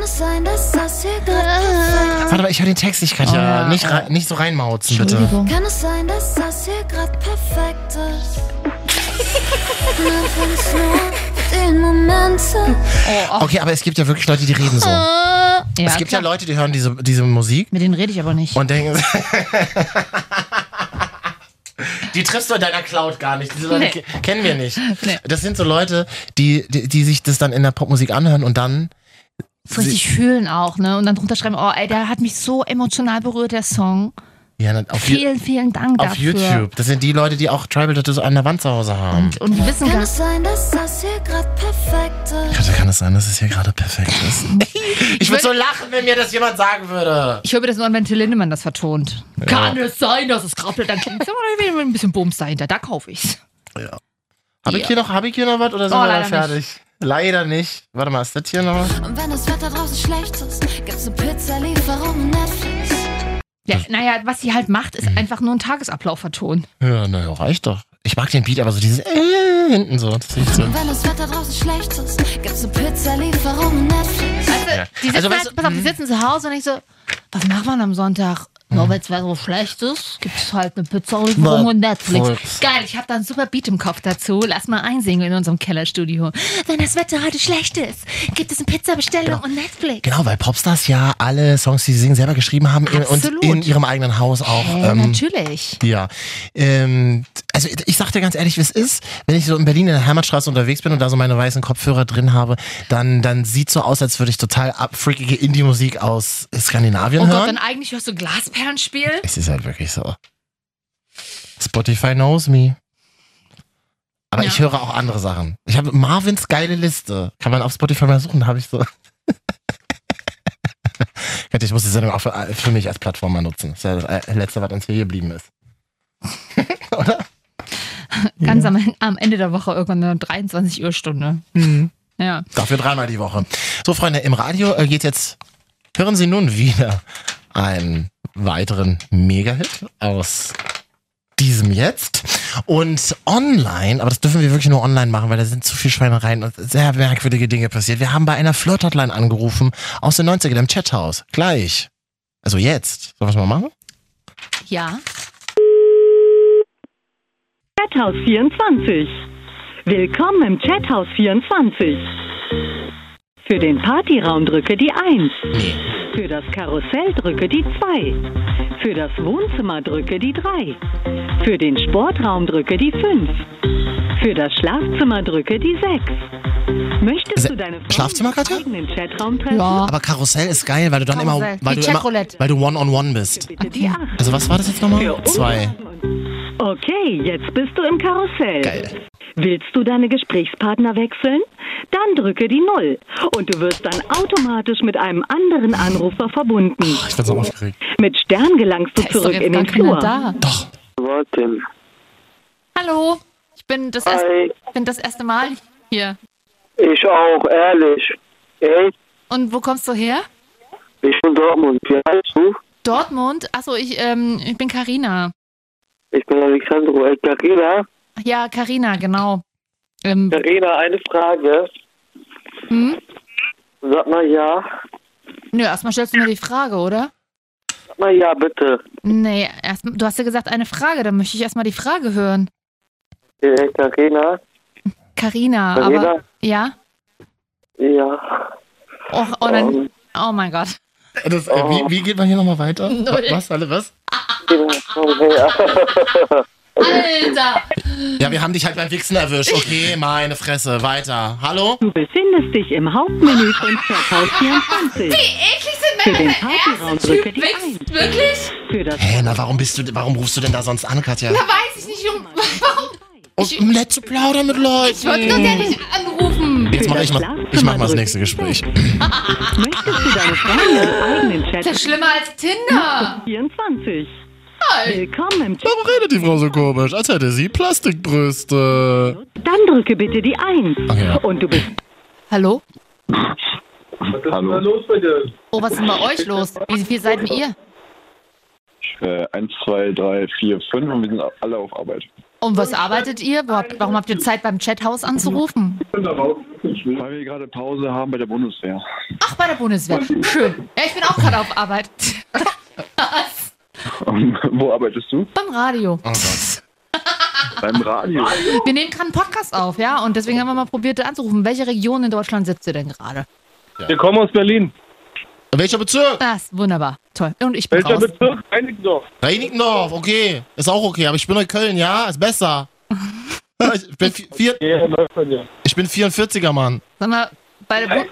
N: es sein, dass das hier gerade
B: Warte mal, ich höre den Text, ich kann
N: Oh,
B: ja,
N: ja.
B: nicht, rei- nicht so reinmauzen, bitte.
N: Kann es sein, dass das hier gerade perfekt ist? Dann find's nur den Moment sind.
C: oh.
B: Okay, aber es gibt ja wirklich Leute, die reden so.
N: Ja,
B: es gibt ja Leute, die hören diese, diese Musik.
C: Mit denen rede ich aber nicht.
B: Und denken. Die triffst du in deiner Cloud gar nicht. Diese Leute
C: Nee.
B: ke- kennen wir nicht.
C: Nee.
B: Das sind so Leute, die, die, die sich das dann in der Popmusik anhören und dann.
C: So richtig fühlen auch, ne? Und dann drunter schreiben, oh, ey, der hat mich so emotional berührt, der Song.
B: Ja, dann auf, Ju-
C: vielen, vielen Dank
B: auf
C: dafür.
B: YouTube. Das sind die Leute, die auch Tribal Tattoos an der Wand zu Hause haben.
C: Und die wissen
N: Kann
C: gar
N: es sein, dass das hier gerade perfekt ist?
B: Katja, kann es sein, dass es hier gerade perfekt ist? Ich würde so lachen, wenn mir das jemand sagen würde.
C: Ich höre mir das nur an, wenn Till Lindemann das vertont.
B: Ja.
C: Kann es sein, dass es krabbelt? Dann klingt es immer ein bisschen Bums dahinter. Da kaufe ich's.
B: Ja. Habe ich hier noch, habe ich hier noch was oder sind
N: Oh,
B: wir dann
N: leider
B: fertig? Leider nicht. Warte mal, ist das hier noch? was?
N: Und wenn das Wetter draußen schlecht ist, gibt's eine Pizzalieferung und Netflix.
C: Ja, naja, was sie halt macht,
B: Mhm.
C: ist einfach nur einen Tagesablauf vertonen.
B: Ja, naja, reicht doch. Ich mag den Beat, aber so dieses äh, hinten so. Das riecht so.
N: Und wenn das Wetter draußen schlecht ist, gibt's eine Pizzalieferung und Netflix.
B: Ja.
C: Die sitzen,
B: Also, weißt
C: halt, pass auf, die sitzen zu Hause und ich so, was macht man am Sonntag?
B: Mhm.
C: Nur wenn es so schlecht ist, gibt es halt eine Pizza
B: Na,
C: und Netflix.
B: voll.
C: Geil, ich habe da einen super Beat im Kopf dazu. Lass mal einsingen in unserem Kellerstudio. Wenn das Wetter heute schlecht ist, gibt es eine Pizzabestellung und Netflix.
B: Genau, weil Popstars ja alle Songs, die sie singen, selber geschrieben haben in, und
C: Absolut.
B: in ihrem eigenen Haus auch. ähm,
C: Hä, natürlich.
B: Ja. Ähm, also ich sag dir ganz ehrlich, wie es ist, wenn ich so in Berlin in der Heimatstraße unterwegs bin und da so meine weißen Kopfhörer drin habe, dann, dann sieht so aus, als würde ich total ab- freakige Indie-Musik aus Skandinavien
C: Oh Gott,
B: hören.
C: dann eigentlich hörst du Glasperlenspiel?
B: es ist halt wirklich so. Spotify knows me. Aber ich höre auch andere Sachen. Ich habe Marvins geile Liste. Kann man auf Spotify mal suchen, da habe ich so. Katja, Ich muss die Sendung auch für, für mich als äh, Plattform mal nutzen. Das ist ja das Letzte, was uns hier geblieben ist.
C: ganz
O: Mhm.
C: am, am Ende der Woche irgendwann eine 23 Uhr Stunde.
O: Mhm.
C: Ja.
B: Dafür dreimal die Woche. So, Freunde, im Radio äh, geht jetzt, hören Sie nun wieder einen weiteren Mega-Hit aus diesem jetzt. Und online, aber das dürfen wir wirklich nur online machen, weil da sind zu viel Schweinereien und sehr merkwürdige Dinge passiert. Wir haben bei einer Flirt-Hotline angerufen aus den 90ern im Chathaus. Gleich. Also jetzt. Sollen wir es mal machen?
C: Ja.
O: Chathaus 24. Willkommen im Chathaus 24. Für den Partyraum drücke die 1. Für das Karussell drücke die 2. Für das Wohnzimmer drücke die 3. Für den Sportraum drücke die 5. Für das Schlafzimmer drücke die 6. Möchtest du deine
B: Schlafzimmer, Katja?
O: Fragen im Chatraum treffen?
B: Aber Karussell ist geil, weil du dann immer,
O: Karussell.
B: weil
O: Wie
B: du immer,
O: Checroulette.
B: weil du One-on-One bist.
O: Bitte die 8.
B: Also was war das jetzt
O: oh.
B: nochmal? Zwei.
O: Okay, jetzt bist du im Karussell. Willst du deine Gesprächspartner wechseln? Dann drücke die Null und du wirst dann automatisch mit einem anderen Anrufer verbunden.
B: Ich bin so aufgeregt.
O: Mit Stern gelangst du
C: Da ist doch
O: zurück
C: jetzt
O: in
C: gar
O: den
C: keiner
O: Flur.
C: da.
B: Doch.
P: Martin.
C: Hallo. Ich bin das, erste, bin das erste Mal hier.
P: Ich auch, ehrlich. Ey,
C: Und wo kommst du her?
P: ich bin Dortmund. Wie heißt du?
C: Dortmund? Achso, ich, ähm, ich bin Karina.
P: Ich bin Alexandro. Äh, Ey, Carina.
C: Ja, Karina, genau.
P: Carina, eine Frage.
C: Hm?
P: Sag mal ja.
C: Nö, erstmal stellst du mir die Frage, oder?
P: Sag mal ja, bitte.
C: Nee, erst, du hast ja gesagt, eine Frage, dann möchte ich erstmal die Frage hören.
P: Ey, Carina.
C: Karina,
P: Karina?
C: aber. Ja?
P: Ja.
C: Och, oh, dann, oh mein Gott.
B: Das, äh, wie, wie geht man hier nochmal weiter?
C: Null.
B: Was, alle, was?
C: Alter!
B: Ja, wir haben dich halt beim Wichsen erwischt. Okay, meine Fresse, weiter. Hallo?
O: Du befindest dich im Hauptmenü von Chathaus 24. Für den Partyraum drücke die 1. Für das
B: Hä, na warum bist du, warum rufst du denn da sonst an, Katja?
C: Da weiß ich nicht, warum.
B: Und um nett zu plaudern mit Leuten.
C: Ich wollte doch ja nicht anrufen.
B: Jetzt mache ich mal, ich mach mal das nächste Gespräch.
O: Möchtest du deine Fragen im eigenen Chat?
C: Das ist schlimmer als Tinder.
O: 24. Willkommen im Chat.
B: Warum redet die Frau so komisch? Als hätte sie Plastikbrüste.
O: Dann drücke bitte die 1. Und du bist.
C: Hallo?
Q: Hallo.
C: Oh, was ist denn bei euch los? Wie viel seid denn ihr?
Q: Äh, eins, zwei, drei, vier, fünf und wir sind alle auf Arbeit.
C: Und was arbeitet ihr? Wo habt- Warum habt ihr Zeit, beim Chathaus anzurufen?
Q: Weil wir gerade Pause haben bei der Bundeswehr.
C: Ach, bei der Bundeswehr. Schön. Ja, ich bin auch gerade auf Arbeit.
Q: Und wo arbeitest du?
C: Beim Radio.
Q: Beim Radio.
C: Wir nehmen gerade einen Podcast auf, ja? Und deswegen haben wir mal probiert, da anzurufen. Welche Region in Deutschland sitzt ihr denn gerade?
R: Wir kommen aus Berlin.
B: Welcher Bezirk?
C: Das, wunderbar. Toll. Und ich bin raus.
R: Bezirk? Reinickendorf.
B: Reinickendorf, okay. Ist auch okay, aber ich bin in Köln, ja? Ist besser. Ich bin, vi- vier, ich bin 44er, Mann.
C: Sag mal, bei der, Bu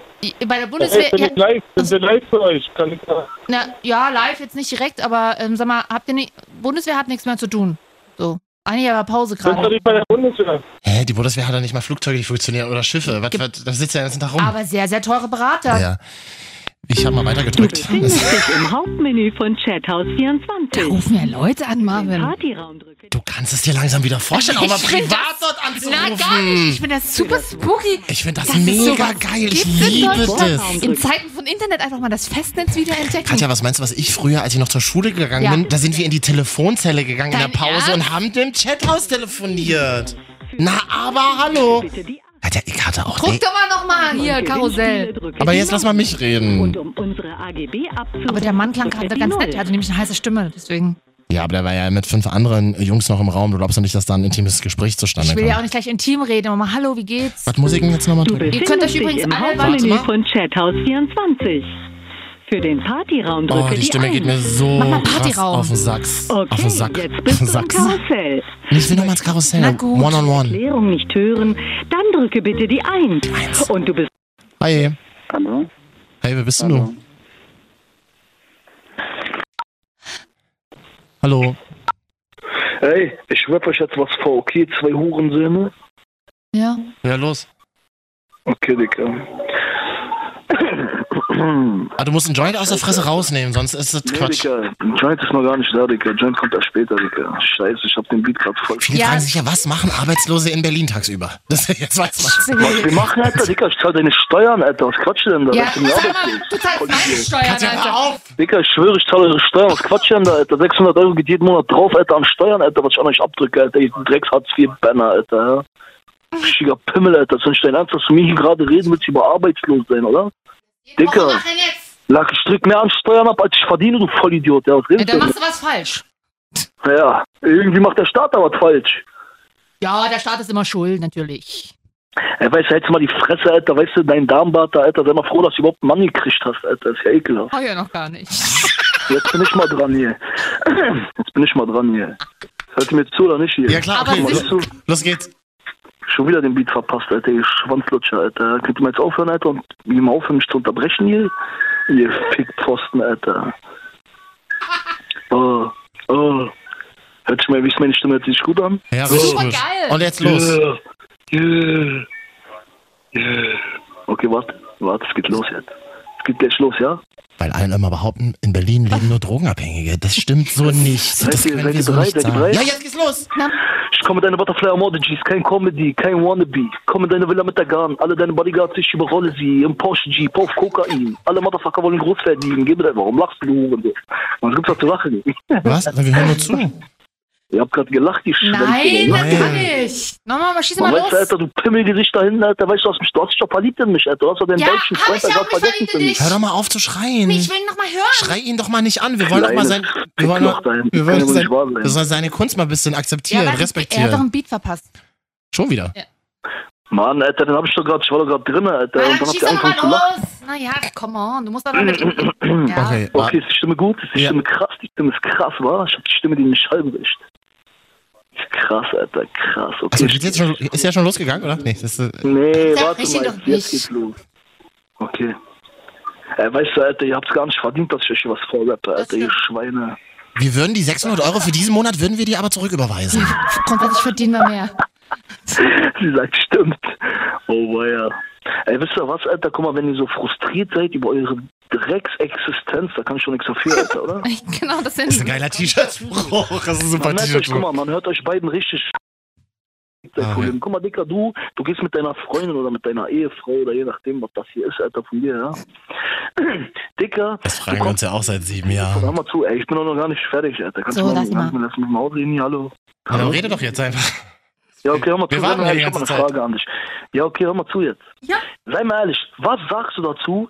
C: bei der Bundeswehr...
R: bin
C: Ja,
R: ich live. Sind wir live für euch? Kann ich sagen.
C: na, ja, live jetzt nicht direkt, aber ähm, sag mal, habt ihr nicht... Bundeswehr hat nichts mehr zu tun. So. Eigentlich aber Pause
R: Sind wir
C: gerade.
R: nicht bei der Bundeswehr?
B: Hä, die Bundeswehr hat doch halt nicht mal Flugzeuge, die funktionieren oder Schiffe. Was, was, da sitzt ja den ganzen Tag rum.
C: Aber sehr, sehr teure Berater.
B: Ja. Ich habe mal weitergedrückt.
O: Findest dich im Hauptmenü von Chathaus 24. Da
C: rufen ja Leute an, Marvin. Oh,
O: Partyraum drücke
B: Du kannst es dir langsam wieder vorstellen, auch mal
C: Ich find
B: privat
C: das-
B: dort anzurufen.
C: Na, gar nicht. Ich finde das super spooky.
B: Ich find das
C: es
B: mega
C: sowas
B: geil. Ich
C: gibt in
B: liebe
C: Deutschland.
B: das.
C: In Zeiten von Internet einfach mal das Festnetz wieder entdecken.
B: Katja, was meinst du, was ich früher, als ich noch zur Schule gegangen
C: Ja.
B: bin, da sind wir in die Telefonzelle gegangen in
C: Dein
B: der Pause
C: Ernst?
B: und haben im Chathaus telefoniert. Na, aber hallo. Katja, ich hatte auch...
C: Guck doch mal nochmal hier, Karussell.
B: aber jetzt lass mal mich reden.
O: um unsere AGB abzurufen.
C: Aber der Mann klang gerade ganz nett. Er hatte nämlich eine heiße Stimme, deswegen.
B: Ja, aber der war ja mit fünf anderen Jungs noch im Raum. Du glaubst doch nicht, dass da ein intimes Gespräch zustande
C: Ich will
B: kommt.
C: ja auch nicht gleich intim reden, aber mal Hallo, wie geht's?
B: Was muss ich denn jetzt nochmal
O: Du
B: drücken?
O: befindest
C: könnt euch
O: dich
C: übrigens
O: im
C: alle
O: Hauptmenü
B: Warte mal.
O: von Chathaus 24. Für den Partyraum drücke
B: Oh, die Stimme
O: 1.
B: geht mir so
O: Mach mal
B: krass
O: Partyraum.
B: auf den Sachs.
O: Okay,
B: auf den Sack.
O: jetzt
B: auf
O: bist
B: den
O: du im
B: Sachs.
O: Karussell.
B: Ich will nochmal ins Karussell.
O: Na gut.
B: One on one.
O: Erklärung nicht hören, dann drücke bitte die 1. Und du bist
B: Hi. Hallo. Hey, wer bist denn du? Hallo.
A: Ey, ich schwöre euch jetzt was vor, okay? Zwei Hurensöhne.
C: Ja.
B: Ja, los.
A: Okay, Digga.
B: Ah, du musst einen Joint aus der Fresse rausnehmen, sonst ist das
A: Nee,
B: Quatsch.
A: Digga, Joint ist noch gar nicht da, Digga. Joint kommt erst später, Digga. Scheiße, ich hab den Beat grad voll.
B: Viele fragen sich ja, was machen Arbeitslose in Berlin tagsüber? Das, jetzt weiß
A: Was wir
B: man.
A: machen, Alter, Digga, ich zahl deine Steuern, Alter. Was quatschst du denn da?
C: Ja,
A: Das ist ein
C: sag mal,
A: Arbeitsleben.
C: du zahlst meine Steuern,
A: Katja, hör
B: ah,
C: Alter.
A: Digga, ich schwöre, ich zahle eure Steuern. Was quatschst du denn da, Alter? 600 Euro geht jeden Monat drauf, Alter, an Steuern, Alter, was ich an euch abdrücke, Alter. Ihr Drecks Hartz IV Banner, Alter, ja. Schiger Pimmel, Alter. Das ist nicht dein Ernst, dass du mir hier gerade reden willst über arbeitslos sein, oder? Digga. Lack, ich drück mehr an Steuern ab, als ich verdiene, du Vollidiot. Ja, was
C: Ja,
A: redest
C: Äh, dann
A: denn?
C: machst du was falsch.
A: Ja, irgendwie macht der Staat da was falsch.
C: Ja, der Staat ist immer schuld, natürlich.
A: Ey, weißt du, hältst du mal die Fresse, Alter, weißt du, dein Darmbart da, Alter, sei mal froh, dass du überhaupt einen Mann gekriegt hast, Alter, ist ja ekelhaft.
C: Hab ich ja noch gar nicht.
A: Jetzt bin ich mal dran hier. Jetzt bin ich mal dran hier. Hört ihr mir zu oder nicht hier?
B: Ja, klar, Aber okay, es ist- los- geht's.
A: Schon wieder den Beat verpasst, Alter, ihr Schwanzlutscher, Alter. Könnt ihr mal jetzt aufhören, Alter, und mir mal aufhören, mich zu unterbrechen hier? Ihr Fickpfosten, Alter. Oh, oh. Hört sich mal, wie ist meine Stimme jetzt nicht gut an?
B: Ja, richtig Super gut. geil. Und jetzt los.
A: Yeah. Yeah. Yeah. Okay, warte, warte, es geht los jetzt. Es geht gleich los, ja?
B: Weil alle immer behaupten, in Berlin leben nur Drogenabhängige. Das stimmt so nicht. Das
A: Seid ihr,
B: können
A: seid
B: wir
A: ihr
B: so
A: bereit?
B: nicht
A: Seid ihr
B: sagen.
A: bereit?
B: Ja, jetzt
C: geht's los.
A: Ich komme deine Butterfly Emojis, kein Comedy, kein Wannabe. Komm in deine Villa mit der Gun, alle deine Bodyguards, ich überrolle sie. Im Porsche Jeep, auf Kokain. Alle Motherfucker wollen groß verdienen. Gib mir das, warum lachst du? Und was gibt's da zu lachen?
B: Was? Wir hören nur zu.
A: Ihr habt gerade gelacht, die
C: Nein, das kann ich. Nochmal, mal schieß
A: Man
C: mal
A: weiß,
C: los.
A: Alter, du Pimmelgesicht da hinten, Alter, weißt du, du hast mich, du hast dich doch verliebt in mich, Alter. Du hast doch deinen
C: Ja,
A: deutschen
C: aber
A: Freund
C: ich
A: da
C: hab
A: gerade
C: mich
A: vergessen für
C: verliebt in
A: mich.
C: dich.
B: Hör doch mal auf zu schreien.
C: Ich will ihn nochmal hören.
B: Schrei ihn doch mal nicht an. Wir wollen doch mal
A: Kleines
B: sein. Wir wollen doch,
A: Pickloch sein.
B: wir wollen
A: Kann doch nicht wahr
B: sein,
A: sein.
B: wir sollen seine Kunst mal ein bisschen akzeptieren,
C: Ja, aber Er hat doch
B: respektieren.
C: einen Beat verpasst.
B: Schon wieder.
A: Mann, Alter, dann hab ich doch gerade, ich war doch gerade drin, Alter.
C: Na,
A: und
C: dann
A: dann habt ihr
C: schieß doch
A: angefangen zu
C: nochmal
A: lachen.
C: los. Naja, come on. Du musst aber mit ihm. Ja.
A: Okay,
B: ah,
A: ist die Stimme gut? Ist die Stimme krass? Die Stimme ist krass, wa? Ich hab die Stimme, die in den Schall bricht. Ist krass, Alter, krass. Okay.
B: Also, jetzt schon, ist ja schon losgegangen, oder? Nee, das ist, äh,
A: Nee,
B: Sag,
A: warte
B: brich ihn
A: mal, jetzt,
B: doch
A: jetzt geht's los. Okay. Ey, weißt du, Alter, ihr habt's gar nicht verdient, dass ich euch hier was vorrappe, Alter, ihr Schweine.
B: wir würden die 600 Euro für diesen Monat, würden wir die aber zurücküberweisen.
C: Grundsätzlich verdienen wir mehr.
A: Sie sagt, stimmt. Oh, weia. Ey, wisst ihr was, Alter? Guck mal, wenn ihr so frustriert seid über eure Drecksexistenz, da kann ich schon nichts dafür, Alter, oder?
C: genau, das sind. Das ist ein
B: geiler T-Shirt-Spruch. Das ist ein super
A: man hört euch, guck mal,
B: T-Shirt-Spruch.
A: man hört euch beiden richtig.
B: Ah,
A: Kollegen. Guck mal, Dicker, du, du gehst mit deiner Freundin oder mit deiner Ehefrau oder je nachdem, was das hier ist, Alter, von dir, ja. Dicker,
B: Das fragen wir uns ja auch seit sieben Jahren.
A: hör mal zu, ey, ich bin doch noch gar nicht fertig, Alter. Kannst
B: So,
A: du mal,
B: lass mal.
A: kannst du mal lass mich mal ausreden hier, hallo?
B: Ja, dann rede doch jetzt einfach.
A: Ja, okay, hör mal
B: Wir
A: zu.
B: warten
A: sei mal
B: ja die
A: ehrlich, ich habe eine
B: ganze Zeit.
A: Frage an dich. Ja, okay, hör mal zu jetzt.
C: Ja.
A: Sei mal ehrlich, was sagst du dazu?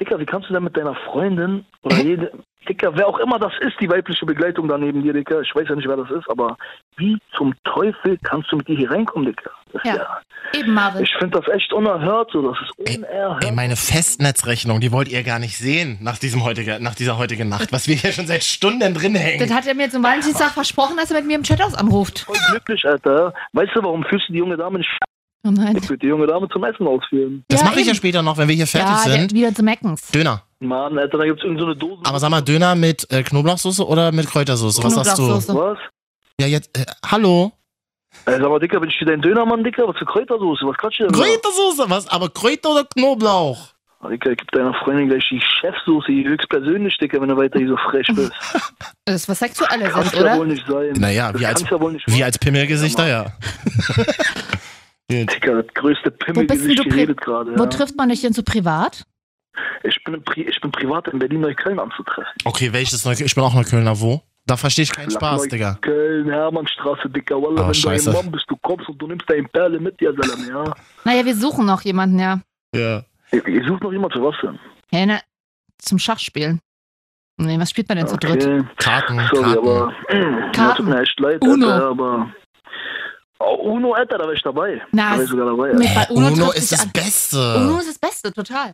A: Dicker, wie kannst du denn mit deiner Freundin oder jede. Dicker, wer auch immer das ist, die weibliche Begleitung da neben dir, Dicker. Ich weiß ja nicht, wer das ist, aber wie zum Teufel kannst du mit dir hier reinkommen, Dicker? Das ist ja.
C: Eben, Marvin.
A: Ich finde das echt unerhört, so. Das ist unerhört.
B: Ey, meine Festnetzrechnung, die wollt ihr gar nicht sehen nach, diesem heutigen, nach dieser heutigen Nacht, was wir hier schon seit Stunden drin
C: Das
B: hängen.
C: hat er mir zum Valentinstag versprochen, dass er mit mir im Chat anruft.
A: Voll glücklich, Alter. Weißt du, warum fühlst du die junge Dame nicht?
C: Oh nein.
A: Ich würde die junge Dame zum Essen ausführen.
B: Das mache ich ja später noch, wenn wir hier fertig
C: ja,
B: sind.
C: Der, wieder zu Meckens.
B: Döner.
A: Mann, Alter, da gibt's irgendeine so eine Dose.
B: Aber sag mal, Döner mit äh, Knoblauchsoße oder mit Kräutersoße? Was sagst du?
A: Was?
B: Ja, jetzt, äh, hallo?
A: Ey, sag mal, Dicker, bin ich hier dein Dönermann, Dicker? Was für Kräutersoße? Was quatschst du denn? da?
B: Kräutersoße, was? Aber Kräuter oder Knoblauch?
A: Dicker, gib deiner Freundin gleich die Chefsoße, die höchstpersönlich, Dicker, wenn du weiter hier so frech bist.
C: Das ist was Sexuelles,
A: Kannst
C: ist,
A: ja
C: Hm, oder?
A: wohl nicht sein.
B: Naja,
A: das
B: wir als,
A: kannst ja wohl nicht
B: wir als Pimmelgesichter, ja.
A: Dicker, das größte
C: Wo bist denn
A: Pimmelgesicht
C: du pri-
A: geredet gerade.
C: Wo
A: Ja.
C: trifft man dich denn so privat?
A: Ich, bin im Pri ich bin privat in Berlin-Neukölln anzutreffen.
B: Okay, welches Neukölln? Ich bin auch Neuköllner, wo? Da verstehe ich keinen Spaß, Digga.
A: Köln, Hermannstraße, Dicker.
C: Oh,
A: Wallah,
B: Ah,
A: wenn
B: scheiße.
A: du ein Mann bist, du kommst und du nimmst deinen Perle mit dir, Salam, ja.
C: Naja, wir suchen noch jemanden, ja.
B: Ja.
A: Ich, ich such noch jemand für was denn?
C: Hey, na, zum Schachspielen. Nee, was spielt man denn zu dritt?
B: Karten,
A: Sorry,
B: Karten.
A: aber. mm, Das tut mir echt leid,
C: Uno.
A: Alter, äh, aber. Oh, Uno, Alter, da wär ich dabei.
C: Na,
A: da wär ich sogar dabei.
C: mit- bei
B: Uno
C: trifft
B: ist
C: sich
B: das
C: an-
B: Beste.
C: Uno ist das Beste, total.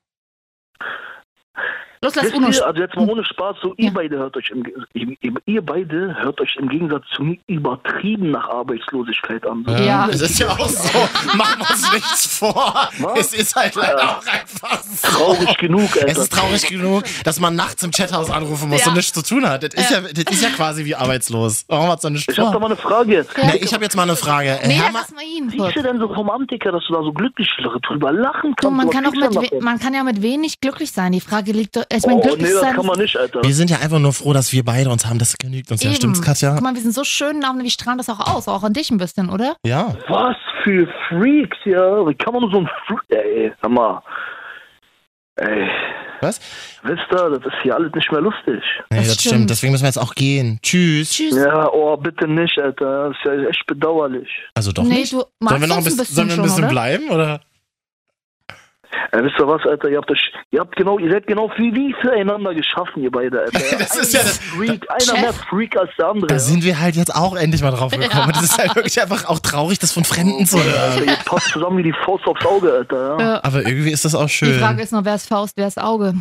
C: Los, lass
A: Wisst
C: Uno
A: ihr,
C: sch-
A: also jetzt mal ohne Spaß, so ihr beide hört euch im, Ge- im, im, ihr beide hört euch im Gegensatz zu mir übertrieben nach Arbeitslosigkeit an. So.
B: Ja. Es ist ja auch so. Machen wir uns nichts vor. Es ist halt leider auch einfach so.
A: Traurig genug, Alter.
B: Es ist traurig genug, dass man nachts im Chathaus anrufen muss
A: Ja.
B: und nichts zu tun hat. Das ist ja, das ist ja quasi wie arbeitslos. Warum hat's da nichts
A: Ich hab da mal eine Frage jetzt.
B: Nee, ich habe jetzt mal eine Frage.
C: Nee,
B: Herr
C: lass
B: Ma-
C: das mal ihn.
A: Wie ist ihr denn so Romantiker, dass du da so glücklich drüber lachen kannst?
C: Du, man
A: Was
C: kann, auch
A: kriegst du
C: mit,
A: denn
C: we-
A: davon?
C: man kann ja mit wenig glücklich sein. Die Frage liegt doch. Ich meine,
A: oh,
C: glücklich
A: nee, das
C: sein.
A: kann man nicht, Alter.
B: wir sind ja einfach nur froh, dass wir beide uns haben. Das genügt uns ja,
C: Eben.
B: stimmt's, Katja?
C: Guck mal, wir sind so schön, aber wir strahlen das auch aus, auch an dich ein bisschen, oder?
B: Ja.
A: Was für Freaks, ja. Wie kann man nur so ein Freak. Ey, hör mal. Ey.
B: Was?
A: Wisst ihr, das ist hier alles nicht mehr lustig.
B: Nee, das, stimmt. Deswegen müssen wir jetzt auch gehen. Tschüss.
A: Ja, oh, bitte nicht, Alter. Das ist ja echt bedauerlich.
B: Also doch
C: Nee,
B: nicht.
C: du magst
B: sollen wir noch ein
C: uns ein
B: bisschen,
C: bisschen
B: sollen wir ein
C: schon,
B: bisschen
C: oder?
B: bleiben oder?
A: Ey, Äh, wisst ihr was, Alter? Ihr habt, euch, ihr habt genau, ihr seid genau wie wie füreinander geschaffen, ihr beide, Alter. das ist ja das. Freak, einer mehr Freak als der andere.
B: Da sind wir halt jetzt auch endlich mal drauf gekommen.
A: Ja.
B: Das ist halt wirklich einfach auch traurig, das von Fremden zu
A: Alter,
B: hören.
A: ihr passt zusammen wie die Faust aufs Auge, Alter. Ja.
C: Ja.
B: Aber irgendwie ist das auch schön.
C: Die Frage ist nur, wer ist Faust, wer ist Auge?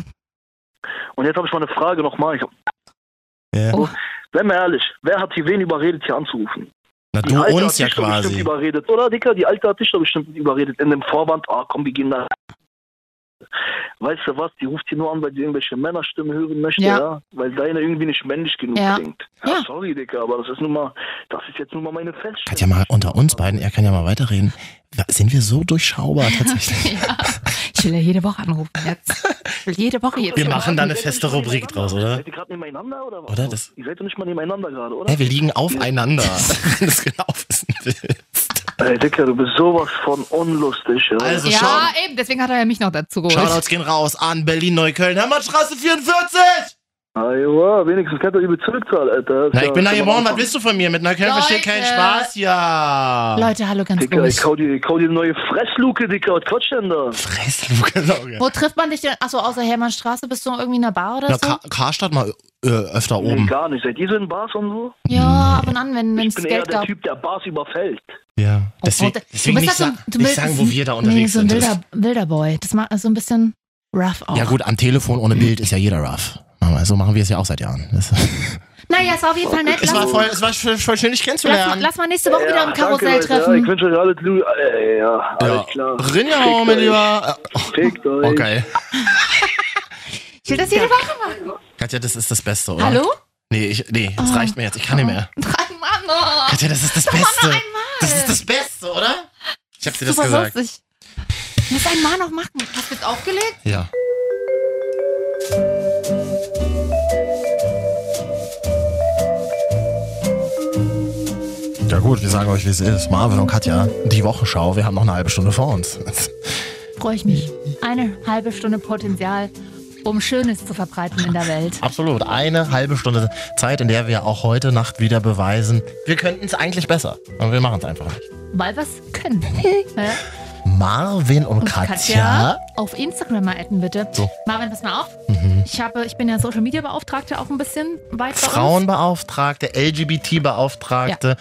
A: Und jetzt habe ich mal eine Frage nochmal. Ich hab,
B: Ja.
C: oh.
A: sei mal ehrlich, wer hat hier wen überredet, hier anzurufen?
B: Na,
A: Die
B: du
A: Alte
B: uns
A: hat
B: ja
A: dich doch bestimmt
B: quasi.
A: überredet, oder Dicker? Die Alte hat dich doch bestimmt überredet in dem Vorwand, ah komm, wir gehen da. Weißt du was, die ruft hier nur an, weil sie irgendwelche Männerstimmen hören möchte,
C: Ja.
A: ja. Weil deine irgendwie nicht männlich genug
C: Ja.
A: klingt. Ja, sorry, Dicker, aber das ist nun mal, das ist jetzt nun mal meine Feststellung.
B: Katja mal unter uns beiden, er kann ja mal weiterreden. Sind wir so durchschaubar tatsächlich?
C: ja. Ich will ja jede Woche anrufen jetzt. Ich will jede Woche jetzt.
B: Wir machen da
C: anrufen.
B: eine feste Rubrik draus, oder?
A: Seid ihr gerade nebeneinander oder was?
B: Oder das-
A: Ihr seid doch nicht mal nebeneinander gerade, oder?
B: Hä, wir liegen aufeinander. Wenn du es genau wissen willst.
A: Ey, Dicker, du bist sowas von unlustig, ja.
B: Also
C: Ja, eben, deswegen hat er ja mich noch dazu geholt.
B: Shoutouts gehen raus an Berlin-Neukölln. Hermannstraße 44!
A: Ah, ja, wenigstens kennt ihr die Bezirkszahl, Alter.
B: Na, ich bin da geboren, was willst du von mir? Mit Neukölln verstehe keinen
C: Leute.
B: Spaß, ja.
C: Leute, hallo ganz
A: Dicker, ich
C: ruhig.
A: kau dir, ich kau dir eine neue Fressluke, Dicker, was quatscht denn da?
B: Fressluke, Sorge.
C: Wo trifft man dich denn? Achso, außer Hermannstraße bist du irgendwie in einer Bar oder
B: Na,
C: so?
B: Ka Karstadt mal äh, öfter
A: Nee,
B: oben.
A: gar nicht. Seid ihr so in Bars und so?
B: Hm.
C: Ja, ab und an, wenn
A: Ich
C: es
A: bin eher
C: Geld
A: der
C: gab.
A: Typ, der Bars überfällt.
B: Ja. Deswegen,
C: Oh, du
B: deswegen
C: bist
B: nicht,
C: halt so ein-
B: sa
C: du
B: nicht
C: bist-
B: sagen, wo wir da unterwegs
C: nee, so ein
B: sind.
C: wilder, wilder Boy. Das macht so ein bisschen rough auch.
B: Ja gut, am Telefon ohne Bild ist ja jeder rough. Also machen wir es ja auch seit Jahren. Das
C: Naja, ist auf jeden Fall nett.
B: es war
C: Lass-
B: voll, es war voll, voll schön, dich
C: Lass mal,
B: kennenzulernen.
C: lass mal nächste Woche wieder im Karussell
A: Leute, Ja,
C: treffen.
A: ich wünsche euch alles Lu äh, ja,
B: Ja.
A: alles klar.
B: Rinja,
A: Fickt
B: mein
A: euch.
B: Lieber. Äh,
A: Fickt euch.
B: Oh, geil.
C: Ich will das jede Woche machen.
B: Katja, das ist das Beste, oder?
C: Hallo? Ah.
B: Nee, ich, nee, das reicht mir jetzt. Ich kann nicht mehr.
C: Dreimal noch.
B: Katja, das ist das Beste. Das ist das Beste, oder? Ich hab dir das
C: Super
B: gesagt.
C: lustig. Lass einmal noch machen. Hast du jetzt aufgelegt?
B: Ja. Ja gut, wir sagen euch, wie es ist. Marvin und Katja, die Wochenschau, wir haben noch eine halbe Stunde vor uns.
C: Freue ich mich. Eine halbe Stunde Potenzial, um Schönes zu verbreiten in der Welt.
B: Absolut, eine halbe Stunde Zeit, in der wir auch heute Nacht wieder beweisen, wir könnten es eigentlich besser. Aber wir machen es einfach nicht.
C: Weil wir es können. Ja?
B: Marvin und, Katja.
C: auf Instagram mal adden, bitte.
B: So.
C: Marvin, pass mal auf.
B: Mhm.
C: Ich, habe, ich bin ja Social Media Beauftragte auch ein bisschen weit bei uns.
B: Frauenbeauftragte, LGBT-Beauftragte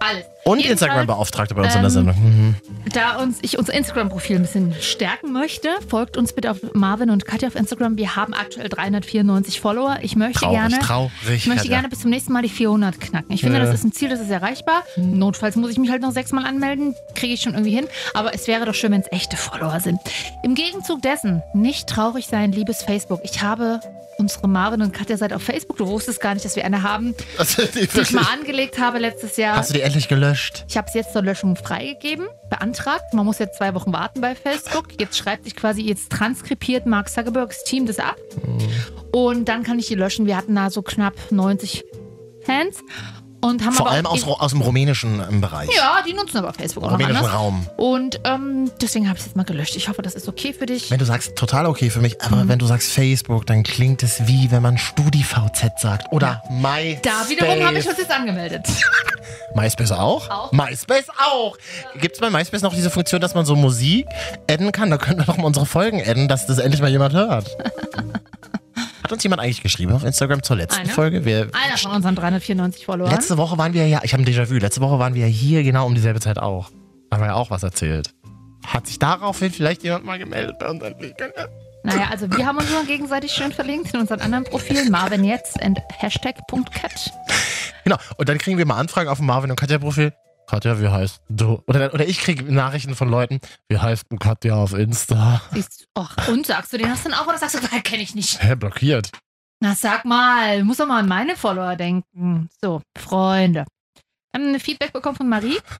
C: Alles.
B: und
C: Jedenfalls,
B: Instagram-Beauftragte bei uns in der
C: ähm,
B: Sendung. Mhm.
C: Da uns, ich unser Instagram-Profil ein bisschen stärken möchte, folgt uns bitte auf Marvin und Katja auf Instagram. Wir haben aktuell 394 Follower. Ich möchte
B: Traurig,
C: gerne,
B: traurig,
C: ich
B: Katja.
C: möchte
B: Äh.
C: gerne bis zum nächsten Mal die 400 knacken. Ich finde,
B: Ja.
C: das ist ein Ziel, das ist erreichbar.
B: Hm.
C: Notfalls muss ich mich halt noch sechsmal anmelden, kriege ich schon irgendwie hin. Aber es wäre doch schön, wenn es echte Follower sind. Im Gegenzug dessen, nicht traurig sein, liebes Facebook. Ich habe unsere Marvin und Katja Seite auf Facebook. Du wusstest gar nicht, dass wir eine haben,
B: Also, die
C: die ich
B: wirklich-
C: mal angelegt habe letztes Jahr.
B: Hast du die endlich gelöscht?
C: Ich habe es jetzt zur Löschung freigegeben, beantragt. Man muss jetzt zwei Wochen warten bei Facebook. Jetzt schreibt sich quasi, jetzt transkribiert Mark Zuckerbergs Team das ab.
B: Mhm.
C: Und dann kann ich die löschen. Wir hatten da so knapp 90 Fans. Und haben
B: Vor
C: aber
B: allem
C: auch
B: aus, Ru- aus dem rumänischen ähm, Bereich.
C: Ja, die nutzen aber Facebook auch noch
B: rumänischen
C: anders.
B: Raum.
C: Und ähm, deswegen habe ich es jetzt mal gelöscht. Ich hoffe, das ist okay für dich.
B: Wenn du sagst, total okay für mich,
C: Mhm.
B: aber wenn du sagst Facebook, dann klingt es wie, wenn man StudiVZ sagt. Oder MySpace.
C: Da wiederum habe ich uns jetzt angemeldet.
B: MySpace auch?
C: Auch.
B: MySpace auch. Gibt es bei MySpace noch diese Funktion, dass man so Musik adden kann? Da können wir doch mal unsere Folgen adden, dass das endlich mal jemand hört. Hat uns jemand eigentlich geschrieben auf Instagram zur letzten
C: Einer?
B: Folge? Wir,
C: Einer von unseren 394 Followern.
B: letzte Woche waren wir ja, ich habe ein Déjà-vu, letzte Woche waren wir ja hier genau um dieselbe Zeit auch. Da haben wir ja auch was erzählt. Hat sich daraufhin vielleicht jemand mal gemeldet bei uns?
C: Naja, also wir haben uns immer gegenseitig schön verlinkt in unseren anderen Profilen. Marvin jetzt und Hashtag.cat.
B: Genau. Und dann kriegen wir mal Anfragen auf dem Marvin und Katja-Profil. Katja, wie heißt du? Oder, dann- oder ich kriege Nachrichten von Leuten, wie heißt denn Katja auf Insta?
C: Siehst du, och, und sagst du den hast du dann auch oder sagst du, nein, kenne ich nicht?
B: Hä, blockiert.
C: Na, sag mal, muss doch mal an meine Follower denken. So, Freunde. Wir haben ein Feedback bekommen von Marie.erzk.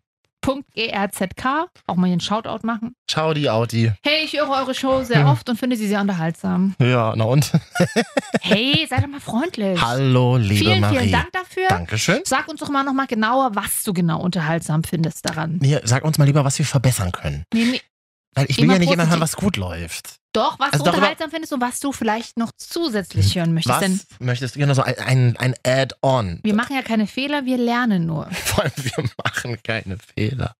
C: Auch mal hier einen Shoutout machen.
B: Ciao, die Audi.
C: Hey, ich höre eure Show sehr
B: Hm.
C: oft und finde sie sehr unterhaltsam.
B: Ja, na und?
C: Hey, seid doch mal freundlich.
B: Hallo, liebe
C: vielen,
B: Marie.
C: vielen Dank dafür.
B: Dankeschön.
C: Sag uns doch mal nochmal genauer, was du genau unterhaltsam findest daran.
B: Nee, sag uns mal lieber, was wir verbessern können.
C: Nee, nee,
B: Weil ich will
C: Immer
B: ja nicht immer
C: positiv.
B: hören, was gut läuft.
C: doch, was
B: Also
C: du
B: darüber-
C: unterhaltsam findest und was du vielleicht noch zusätzlich hören möchtest.
B: was
C: Denn
B: möchtest du? Genau, so ein, ein, ein Add-on.
C: wir machen ja keine Fehler, wir lernen nur.
B: Vor allem, wir machen keine Fehler.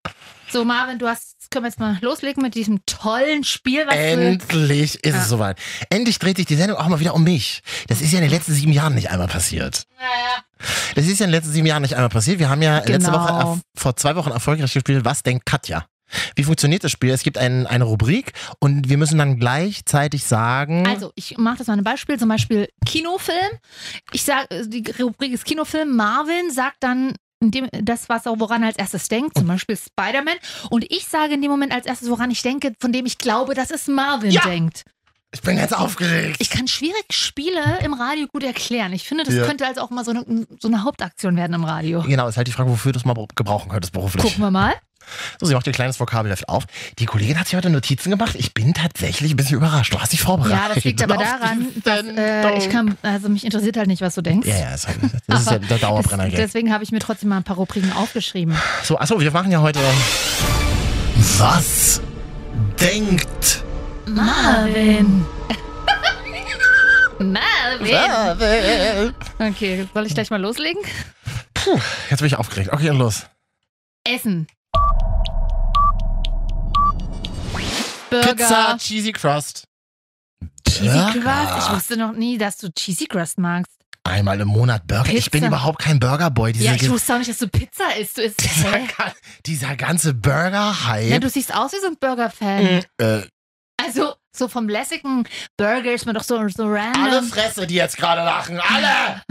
C: So, Marvin, du hast, können wir jetzt mal loslegen mit diesem tollen Spiel, was
B: Ähm,
C: du.
B: Endlich ist
C: Ja.
B: es soweit. Endlich dreht sich die Sendung auch mal wieder um mich. Das ist ja in den letzten sieben Jahren nicht einmal passiert. Das ist ja in den letzten sieben Jahren nicht einmal passiert. Wir haben ja letzte
C: Genau.
B: Woche, erf- vor zwei Wochen erfolgreich gespielt, was denkt Katja? Wie funktioniert das Spiel? Es gibt ein, eine Rubrik und wir müssen dann gleichzeitig sagen,
C: Also, ich mache das mal ein Beispiel, zum Beispiel Kinofilm. Ich sage, die Rubrik ist Kinofilm. Marvin sagt dann in dem, das, was er, woran er als erstes denkt,
B: Oh.
C: zum Beispiel Spider-Man. Und ich sage in dem Moment als erstes, woran ich denke, von dem ich glaube, dass es Marvin denkt.
B: ich bin ganz aufgeregt.
C: Ich kann schwierig Spiele im Radio gut erklären. Ich finde, das
B: Ja.
C: könnte also auch mal so eine, so eine Hauptaktion werden im Radio.
B: Genau, ist halt die Frage, wofür du es mal gebrauchen könntest beruflich.
C: Gucken wir Oh. mal.
B: So, sie macht ihr kleines Vokabelheft auf. Die Kollegin hat sich heute Notizen gemacht. Ich bin tatsächlich ein bisschen überrascht. Du hast dich vorbereitet.
C: Ja, das liegt aber
B: auf
C: daran, dass äh, ich kann, also mich interessiert halt nicht, was du denkst.
B: Ja, ja, ist halt, das ist ja der Dauerbrenner. gell?
C: Deswegen habe ich mir trotzdem mal ein paar Rubriken aufgeschrieben.
B: So, achso, wir machen ja heute. Was denkt
C: Marvin. Marvin. Okay, soll ich gleich mal loslegen?
B: Puh, jetzt bin ich aufgeregt. Okay, und los.
C: Essen. Burger.
B: Pizza, Cheesy Crust.
C: Cheesy
B: Burger.
C: Crust. Ich wusste noch nie, dass du Cheesy Crust magst.
B: Einmal im Monat Burger. Ich bin
C: Pizza.
B: überhaupt kein Burgerboy. Diese
C: ja, ich
B: ge-
C: wusste auch nicht, dass du Pizza isst. Du isst.
B: dieser,
C: Hä?
B: ga- dieser ganze Burger-Hype.
C: Ja, du siehst aus wie so ein Burger-Fan.
B: Mhm. äh,
C: Also, so vom lässigen Burger ist man doch so, so random.
B: alle Fresse, die jetzt gerade lachen. Alle!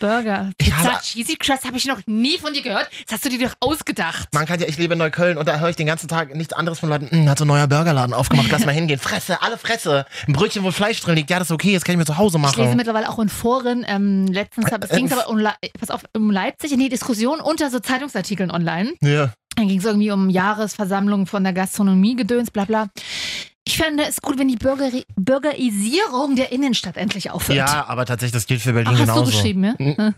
C: Burger.
B: Ich
C: Pizza
B: habe-
C: Cheesy Crust habe ich noch nie von dir gehört. Das hast du dir doch ausgedacht.
B: Man kann ja, ich lebe in Neukölln und da höre ich den ganzen Tag nichts anderes von Leuten. Hm, hat so ein neuer Burgerladen aufgemacht, lass mal hingehen. Fresse, alle Fresse. Ein Brötchen, wo Fleisch drin liegt. Ja, das ist okay, jetzt kann ich mir zu Hause
C: Ich lese
B: machen.
C: mittlerweile auch in Foren, ähm, letztens
B: Äh,
C: hab- es ging aber um, Le pass auf, um Leipzig in die Diskussion unter so Zeitungsartikeln online.
B: Ja.
C: Dann ging es irgendwie um Jahresversammlung von der Gastronomie, Gedöns, bla bla. Ich fände es gut, wenn die Bürgeri Bürgerisierung der Innenstadt endlich aufhört.
B: ja, aber tatsächlich, das gilt für Berlin
C: Ach, hast
B: genauso.
C: du geschrieben, ne? ja?
B: Hm.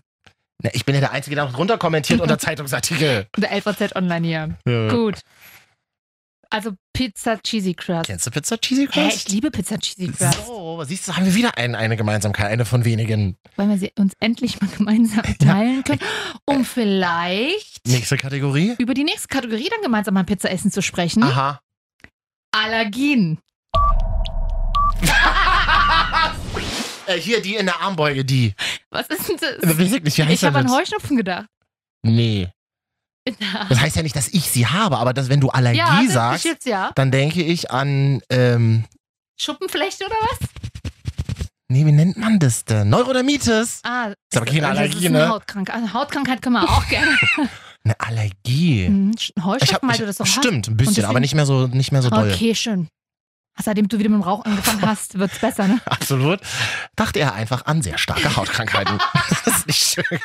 B: Na, ich bin ja der Einzige, der noch drunter kommentiert unter Zeitungsartikel.
C: Der LVZ online hier.
B: Ja.
C: Gut. Also Pizza Cheesy Crust.
B: Kennst du Pizza Cheesy
C: Hä,
B: Crust?
C: ich liebe Pizza Cheesy Crust.
B: so, siehst du, haben wir wieder ein, eine Gemeinsamkeit, eine von wenigen.
C: Weil wir sie uns endlich mal gemeinsam teilen können, um vielleicht
B: Nächste Kategorie.
C: über die nächste Kategorie dann gemeinsam mal Pizza essen zu sprechen.
B: Hm? Aha.
C: Allergien.
B: Äh, hier, die in der Armbeuge, die.
C: Was ist denn das?
B: Äh, Weiß ich nicht, wie heißt
C: Ich habe
B: das?
C: an Heuschnupfen gedacht.
B: nee. Das heißt ja nicht, dass ich sie habe, aber dass, wenn du Allergie
C: ja, das
B: sagst,
C: ist jetzt ja.
B: dann denke ich an, ähm,
C: Schuppenflechte oder was?
B: nee, wie nennt man das denn? Neurodermitis.
C: Ah,
B: Ist aber keine
C: das
B: Allergie,
C: ist eine
B: ne?
C: Hautkrankheit. Also Hautkrankheit können wir auch gerne.
B: Eine Allergie.
C: Mhm, Sch-
B: Ich hab,
C: Heuschnupfen, weil du das doch
B: ich,
C: hast.
B: stimmt, ein
C: Und
B: bisschen,
C: deswegen-
B: aber nicht mehr so, nicht mehr so doll.
C: Okay, schön. Seitdem du wieder mit dem Rauch angefangen hast, wird's besser, ne?
B: Absolut. Dachte er einfach an sehr starke Hautkrankheiten. das ist nicht schön.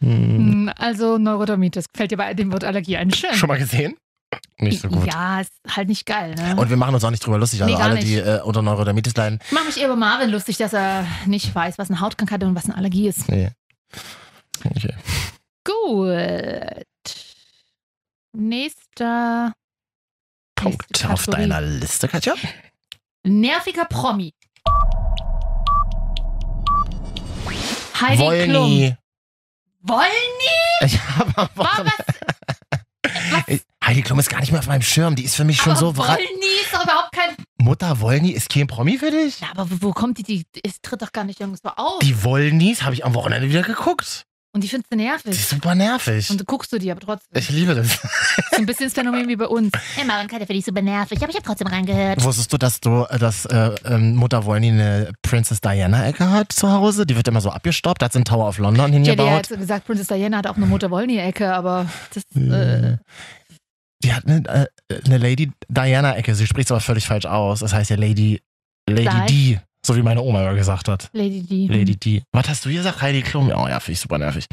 B: Hm,
C: Hm, Also Neurodermitis. Fällt dir bei dem Wort Allergie ein. Schön.
B: Schon mal gesehen? Nicht so gut.
C: Ja, ist halt nicht geil, ne?
B: Und wir machen uns auch nicht drüber lustig. Also
C: Nee, gar
B: alle,
C: nicht.
B: die äh, unter Neurodermitis leiden.
C: ich mache mich eher über Marvin lustig, dass er nicht weiß, was eine Hautkrankheit und was eine Allergie ist.
B: Nee. Okay.
C: Gut. Nächster
B: Punkt auf
C: Kategorie.
B: deiner Liste, Katja.
C: nerviger Promi. Heidi Klum.
B: Wollny.
C: Wollny?
B: Ich habe am Wochenende. Heidi Klum ist gar nicht mehr auf meinem Schirm. Die ist für mich schon so.
C: aber
B: bra-
C: Wollny ist doch überhaupt kein...
B: Mutter Wollny ist kein Promi für dich?
C: Ja, aber wo- wo kommt die? Die es tritt doch gar nicht irgendwo auf.
B: Die Wollnys habe ich am Wochenende wieder geguckt.
C: Und die findest du nervig.
B: Die ist super nervig.
C: Und du guckst du die aber trotzdem.
B: Ich liebe das.
C: So ein bisschen das Phänomen wie bei uns. Hey, Maren Karte finde ich super nervig, aber ich habe trotzdem reingehört.
B: Wusstest du, dass du, äh, dass äh, ähm, Mutter Wollny eine Princess Diana-Ecke hat zu Hause? Die wird immer so abgestoppt, hat sie in Tower of London
C: Ja, die hat
B: hingebaut.
C: gesagt, Princess Diana hat auch eine Mutter Wollny-Ecke, aber das. Äh,
B: Äh, Die hat eine, äh, eine Lady Diana-Ecke, sie spricht es aber völlig falsch aus. Das heißt ja Lady,
C: Di?
B: Lady D, so wie meine Oma immer gesagt hat.
C: Lady D.
B: Lady D. Was hast du hier gesagt? Heidi Klum. Oh ja, finde ich super nervig.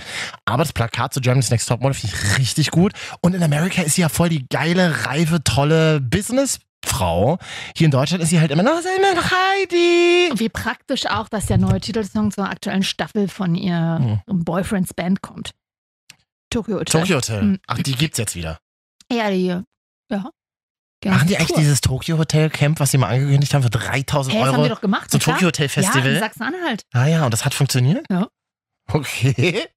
B: Aber das Plakat zu Germany's Next Topmodel finde ich richtig gut. Und in Amerika ist sie ja voll die geile, reife, tolle Businessfrau. Hier in Deutschland ist sie halt immer noch selber noch Heidi.
C: Wie praktisch auch, dass der neue Titelsong zur aktuellen Staffel von ihr um Boyfriends Band kommt. Tokyo Hotel.
B: Tokyo Hotel.
C: Mhm.
B: Ach, die gibt's jetzt wieder.
C: Ja, die. Ja.
B: Machen die eigentlich dieses Tokyo Hotel Camp, was sie mal angekündigt haben, für 3000
C: Hey, das
B: Euro?
C: haben wir doch gemacht.
B: So
C: na klar.
B: Tokyo Hotel
C: Ja, in
B: Festival.
C: Sachsen-Anhalt.
B: ah ja, und das hat funktioniert?
C: Ja.
B: Okay.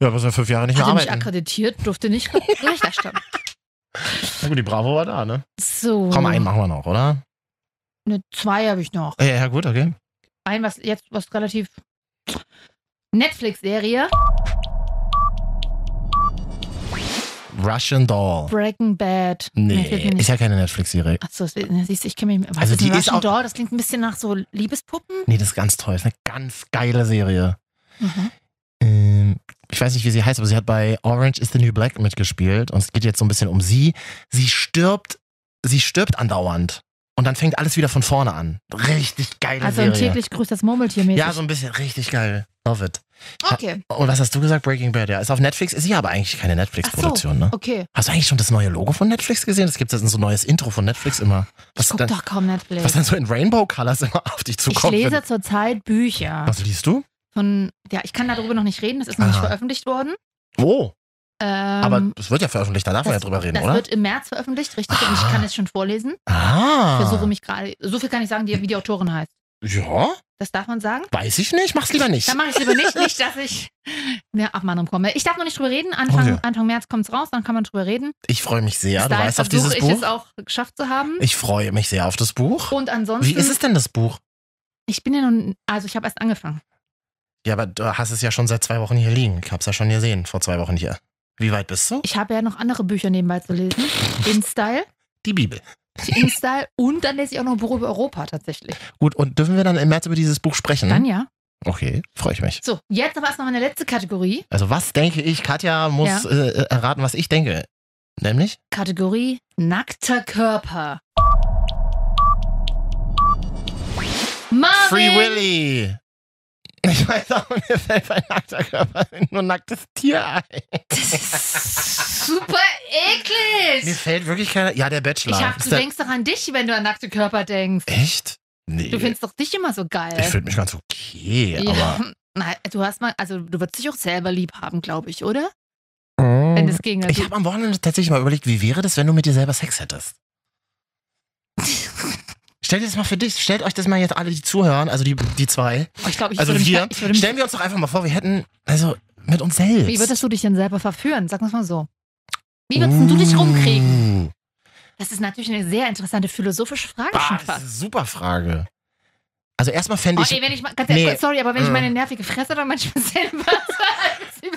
B: Ja, muss ja fünf Jahre nicht mehr
C: Hatte mich
B: arbeiten.
C: Also akkreditiert, durfte nicht Berichterstatten.
B: Na gut, die Bravo war da, ne?
C: So.
B: Komm, einen machen wir noch, oder?
C: Ne, zwei habe ich noch.
B: Ja, ja, gut, okay.
C: Ein, was jetzt was relativ Netflix-Serie.
B: Russian Doll.
C: Breaking Bad.
B: Nee, ist ja keine Netflix-Serie.
C: Achso, siehst du, ich kenne mich. Was
B: Also
C: ist
B: die
C: ein
B: ist
C: Russian
B: auch-
C: Doll? Das klingt ein bisschen nach so Liebespuppen.
B: Nee, das ist ganz toll. Das ist eine ganz geile Serie.
C: Mhm.
B: Ähm, ich weiß nicht, wie sie heißt, aber sie hat bei Orange is the New Black mitgespielt. Und es geht jetzt so ein bisschen um sie. Sie stirbt, sie stirbt andauernd. Und dann fängt alles wieder von vorne an. Richtig geile
C: Also
B: Serie.
C: ein täglich grüßt das Murmeltier mäßig.
B: ja, so ein bisschen richtig geil. Love it.
C: Okay.
B: Und was hast du gesagt? Breaking Bad, ja. Ist auf Netflix, ist sie aber eigentlich keine Netflix-Produktion, ne?
C: Okay.
B: Hast du eigentlich schon das neue Logo von Netflix gesehen? Es gibt jetzt so ein neues Intro von Netflix immer. Was,
C: Guck
B: dann,
C: doch kaum Netflix.
B: was dann so in Rainbow Colors immer auf dich
C: ich
B: zukommt.
C: lese
B: wenn-
C: zurzeit Bücher.
B: was liest du?
C: Von, ja, ich kann darüber noch nicht reden, das ist noch nicht
B: Aha.
C: veröffentlicht worden.
B: Oh,
C: Ähm,
B: aber es wird ja veröffentlicht, da darf man ja
C: das-
B: drüber reden,
C: das
B: oder?
C: wird im März veröffentlicht, richtig? Und ich kann es schon vorlesen.
B: Ah.
C: Ich versuche mich gerade. So viel kann ich sagen, die, wie die Autorin heißt.
B: Ja,
C: Das darf man sagen?
B: weiß ich nicht. Mach's lieber nicht.
C: Dann mache ich lieber nicht, nicht, dass ich ne, auf Mannum komme. Ich darf noch nicht drüber reden. Anfang,
B: Okay.
C: Anfang März kommt es raus, dann kann man drüber reden.
B: Ich freue mich
C: Bis
B: sehr. Du
C: dahin
B: weißt auf
C: versuche
B: dieses
C: ich
B: Buch.
C: es auch geschafft zu haben.
B: Ich freue mich sehr auf das Buch.
C: Und ansonsten.
B: Wie ist es denn, das Buch?
C: Ich bin ja nun. Also, ich habe erst angefangen.
B: Ja, aber du hast es ja schon seit zwei Wochen hier liegen. Ich hab's ja schon gesehen, vor zwei Wochen hier. Wie weit bist du?
C: Ich habe ja noch andere Bücher nebenbei zu lesen. InStyle.
B: Die Bibel.
C: Die InStyle. Und dann lese ich auch noch ein Buch über Europa tatsächlich.
B: Gut, und dürfen wir dann im März über dieses Buch sprechen?
C: Dann ja.
B: Okay, freue ich mich.
C: So, jetzt aber erst noch meine letzte Kategorie.
B: Also, was denke ich? Katja muss
C: Ja.
B: äh, erraten, was ich denke. Nämlich?
C: Kategorie nackter Körper. Marvin!
B: Free Willy! Ich weiß auch, mir fällt bei nackter Körper nur nacktes Tier ein.
C: Super eklig!
B: Mir fällt wirklich keiner. Ja, der Bachelor.
C: Ich hab,
B: Ist
C: du
B: der-
C: denkst doch an dich, wenn du an nackte Körper denkst.
B: Echt? Nee.
C: Du findest doch dich immer so geil.
B: ich finde mich ganz okay,
C: Ja.
B: aber.
C: Na, du hast mal, also du würdest dich auch selber lieb haben, glaube ich, oder?
B: Wenn
C: es ginge.
B: Ich habe am Wochenende tatsächlich mal überlegt, wie wäre das, wenn du mit dir selber Sex hättest? Stellt das mal für dich, stellt euch das mal jetzt alle, die zuhören, also die, die zwei.
C: Oh, ich glaube, ich
B: also
C: würde mich
B: wir,
C: gar- ich würde mich-
B: stellen wir uns doch einfach mal vor, wir hätten, also mit uns selbst.
C: Wie würdest du dich denn selber verführen? Sag mal's mal so. Wie würdest denn du
B: Mm.
C: dich rumkriegen?
B: Uh,
C: Das ist natürlich eine sehr interessante philosophische Frage schon
B: das ist
C: fast.
B: eine super Frage. Also erstmal
C: Oh,
B: fände ich,
C: ey, wenn ich mal, ganz ehrlich,
B: Nee.
C: sorry, aber wenn ich
B: Mm.
C: meine nervige Fresse dann manchmal selber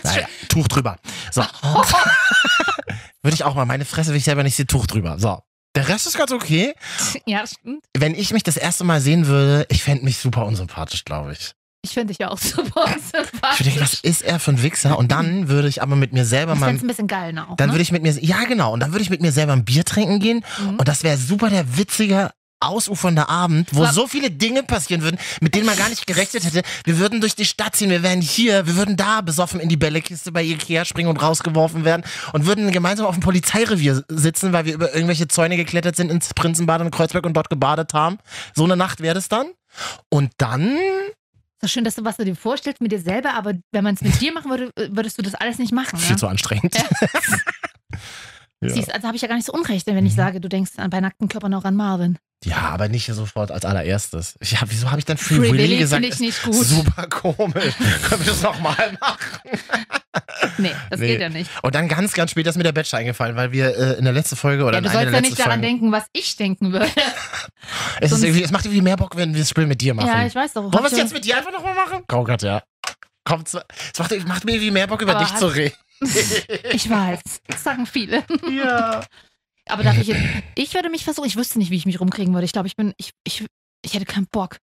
B: Naja, Tuch drüber. So.
C: Oh.
B: würde ich auch mal, meine Fresse will ich selber nicht sehen, Tuch drüber. So. Der Rest ist ganz okay.
C: Ja, das stimmt.
B: Wenn ich mich das erste Mal sehen würde, ich fände mich super unsympathisch, glaube ich.
C: Ich finde dich ja auch super
B: Ich würde
C: unsympathisch.
B: denken, was ist er für ein Wichser? Und dann würde ich aber mit mir selber
C: Das
B: mal.
C: fändest du ein bisschen geil auch.
B: Dann
C: ne? Mhm.
B: würde ich mit mir. Ja, genau. Und dann würde ich mit mir selber ein Bier trinken gehen. Und das wäre super der witzige, ausufernde Abend, wo
C: Aber-
B: so viele Dinge passieren würden, mit denen man gar nicht gerechnet hätte. Wir würden durch die Stadt ziehen, wir wären hier, wir würden da besoffen in die Bällekiste bei Ikea springen und rausgeworfen werden und würden gemeinsam auf dem Polizeirevier sitzen, weil wir über irgendwelche Zäune geklettert sind ins Prinzenbad in Kreuzberg und dort gebadet haben. So eine Nacht wäre das dann. Und dann
C: So schön, dass du was du dir vorstellst mit dir selber, aber wenn man es mit dir machen würde, äh, würdest du das alles nicht machen. ne?
B: viel
C: Ja?
B: zu anstrengend. Ja. Mhm.
C: Siehst, also habe ich ja gar nicht so unrecht, wenn ich sage, du denkst an bei nackten Körpern auch an Marvin.
B: Ja, aber nicht sofort als allererstes. Ich hab, wieso habe ich dann Free,
C: Free
B: Willy,
C: Willy
B: gesagt?
C: finde ich
B: Ist
C: nicht gut.
B: Super komisch. Können wir das nochmal machen?
C: Nee, das
B: Nee.
C: geht ja nicht.
B: Und dann ganz, ganz spät ist mir der Bachelor eingefallen, weil wir äh, in der letzten Folge oder
C: Ja,
B: in
C: du
B: einer
C: sollst
B: der
C: ja
B: letzten
C: nicht daran
B: Folgen,
C: denken, was ich denken würde.
B: es, ist
C: sonst-
B: irgendwie, es macht irgendwie mehr Bock, wenn wir das Spiel mit dir machen.
C: Ja, ich weiß doch.
B: Wollen wir
C: hab
B: es
C: schon-
B: jetzt mit dir einfach nochmal machen? Oh Gott, ja. kommt zwar, es macht, macht mir irgendwie mehr Bock, über
C: Aber
B: dich
C: hast-
B: zu reden.
C: Ich weiß, das sagen viele.
B: Ja.
C: Aber darf ich jetzt, ich würde mich versuchen, ich wüsste nicht, wie ich mich rumkriegen würde. Ich glaube, ich bin, ich, ich, ich hätte keinen Bock.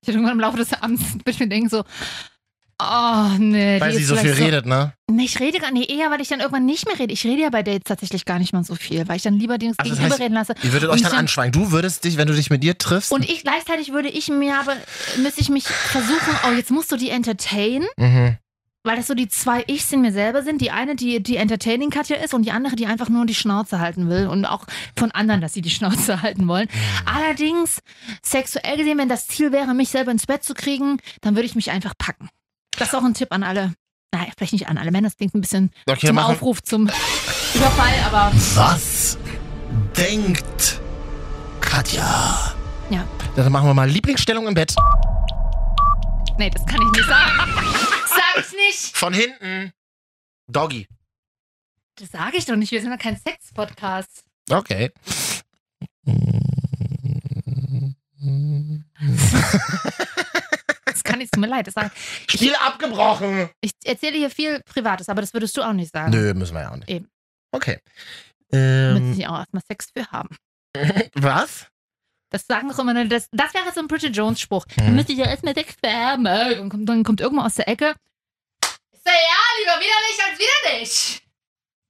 C: Ich hätte irgendwann im Laufe des Abends, würde ich mir denken so, oh nee.
B: Weil
C: die
B: sie
C: ist
B: so viel
C: vielleicht
B: redet, ne?
C: Nee, ich rede gar nicht eher, weil ich dann irgendwann nicht mehr rede. Ich rede ja bei Dates tatsächlich gar nicht mal so viel, weil ich dann lieber den
B: Also das
C: Gegenüber
B: heißt,
C: reden lasse.
B: Ihr würdet
C: Und
B: euch
C: ich
B: dann anschweigen. Du würdest dich, wenn du dich mit ihr triffst.
C: Und ich gleichzeitig würde ich mir aber, müsste ich mich versuchen, oh, jetzt musst du die entertainen,
B: mhm.
C: weil das so die zwei Ichs in mir selber sind. Die eine, die die entertaining Katja ist und die andere, die einfach nur die Schnauze halten will und auch von anderen, dass sie die Schnauze halten wollen. Allerdings, sexuell gesehen, wenn das Ziel wäre, mich selber ins Bett zu kriegen, dann würde ich mich einfach packen. Das ist auch ein Tipp an alle. Naja, vielleicht nicht an alle Männer, das klingt ein bisschen
B: Okay,
C: zum
B: machen-
C: Aufruf zum Überfall, aber
B: Was denkt Katja?
C: ja.
B: Dann machen wir mal Lieblingsstellung im Bett.
C: Nee, das kann ich nicht sagen. Sag ich nicht.
B: Von hinten. Doggy.
C: Das sage ich doch nicht. Wir sind doch kein Sex-Podcast.
B: Okay.
C: Das kann ich, tut mir leid. Das sag,
B: Spiel abgebrochen.
C: ich erzähle hier viel Privates, aber das würdest du auch nicht sagen.
B: Nö, müssen wir ja auch nicht.
C: Eben.
B: Okay.
C: Da Müssen
B: Ähm,
C: sie auch erstmal Sex für haben.
B: was?
C: Das sagen doch immer, nur- das, das wäre so ein Bridget Jones-Spruch.
B: Mhm.
C: Dann müsste ich ja erstmal Sex für haben. äh, Und kommt, dann kommt irgendwo aus der Ecke. Ist ja, ja lieber widerlich als widerlich.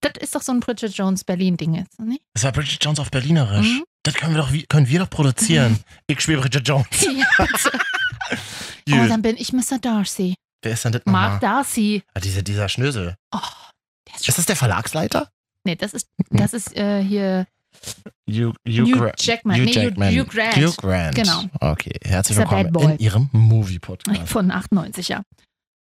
C: Das ist doch so ein Bridget Jones-Berlin-Ding jetzt, ne? nicht?
B: Das war Bridget Jones auf Berlinerisch.
C: Hm?
B: Das können wir doch, wie- können wir doch produzieren. Ich spiele Bridget Jones.
C: Ja, bitte. oh,
B: Gut.
C: dann bin ich Mr. Darcy.
B: Wer ist denn das
C: Mark
B: nochmal?
C: Darcy.
B: Ah, dieser, dieser Schnösel.
C: Oh,
B: Ist das der Verlagsleiter?
C: nee, das ist, das ist äh, hier.
B: Hugh,
C: Hugh
B: Gra-
C: Jackman.
B: Hugh
C: Nee, Hugh-
B: Jackman.
C: Hugh Grant.
B: Hugh Grant.
C: Genau.
B: Okay, herzlich
C: Ist der Bad
B: willkommen
C: Boy.
B: in Ihrem Movie-Podcast.
C: Von 98, ja.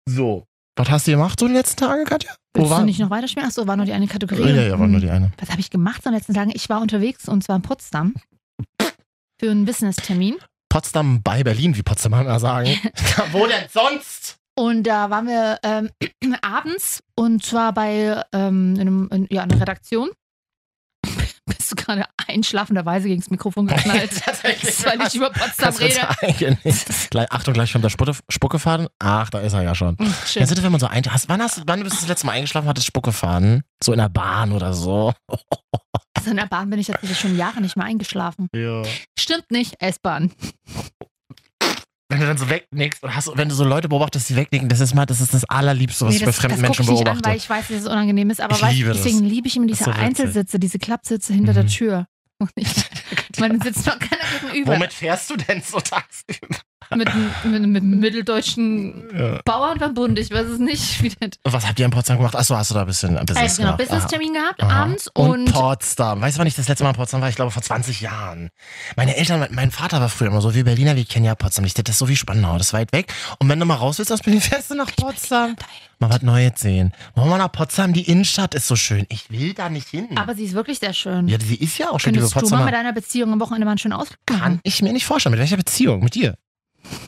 B: So, was hast du gemacht so die letzten Tage, Katja?
C: Willst du
B: war-
C: nicht noch weiterspielen? Achso, war nur die eine Kategorie.
B: Ja, ja, war nur die eine.
C: Was habe ich gemacht am letzten Tagen? Ich war unterwegs und zwar in Potsdam für einen Business-Termin.
B: Potsdam bei Berlin, wie Potsdamer sagen. Wo denn sonst?
C: Und da waren wir ähm, abends und zwar bei ähm, in einem, in, ja, einer Redaktion. Bist du gerade einschlafenderweise gegen das Mikrofon geknallt?
B: Tatsächlich.
C: Weil ich über Potsdam
B: Ganz kurz
C: rede.
B: eingenickt. Gleich, Achtung, gleich kommt der Sputte, Spuckefaden. Ach, da ist er ja schon.
C: Schön.
B: Ja, sind wenn man so ein, hast, wann, hast, wann bist du das letzte Mal eingeschlafen, hattest Spuckefaden? So in der Bahn oder so.
C: Also in der Bahn bin ich tatsächlich schon Jahre nicht mehr eingeschlafen.
B: Ja.
C: Stimmt nicht, S-Bahn.
B: Wenn du dann so wegnickst und hast, wenn du so Leute beobachtest, die wegnicken, das ist mal, das ist das Allerliebste, was
C: Nee,
B: ich bei fremden
C: das guck
B: Menschen
C: ich nicht
B: beobachte.
C: An, weil ich weiß, dass es unangenehm ist, aber
B: Ich
C: weißt,
B: liebe das.
C: deswegen liebe ich immer diese
B: Ist so witzig. Mhm.
C: Einzelsitze, diese Klappsitze hinter der Tür. Und ich, man sitzt noch keiner gegenüber.
B: Womit fährst du denn so tagsüber?
C: Mit, einem- mit, einem- mit einem mitteldeutschen
B: Ja.
C: Bauernverbund, ich weiß es nicht. Wie das
B: Was habt ihr in Potsdam gemacht? Achso, hast du da ein bisschen ein Business
C: also genau,
B: gemacht?
C: Business-Termin gehabt
B: Aha.
C: abends
B: und,
C: und,
B: Potsdam. Weißt du, wann ich das letzte Mal in Potsdam war? Ich glaube, vor 20 Jahren. Meine Eltern, mein- mein Vater war früher immer so, wir Berliner, wir kennen ja Potsdam nicht. Das ist so wie Spandau, das ist weit weg. Und wenn du mal raus willst aus Berlin, fährst du nach Potsdam. Mal was Neues sehen. Wollen wir nach Potsdam? Die Innenstadt ist so schön. Ich will da nicht hin.
C: aber sie ist wirklich sehr schön.
B: ja, sie ist ja auch schon liebe
C: Könntest du mal mit
B: Potsdamer.
C: deiner Beziehung am Wochenende mal einen schönen Ausflug
B: Kann
C: machen?
B: ich mir nicht vorstellen. Mit welcher Beziehung? Mit dir?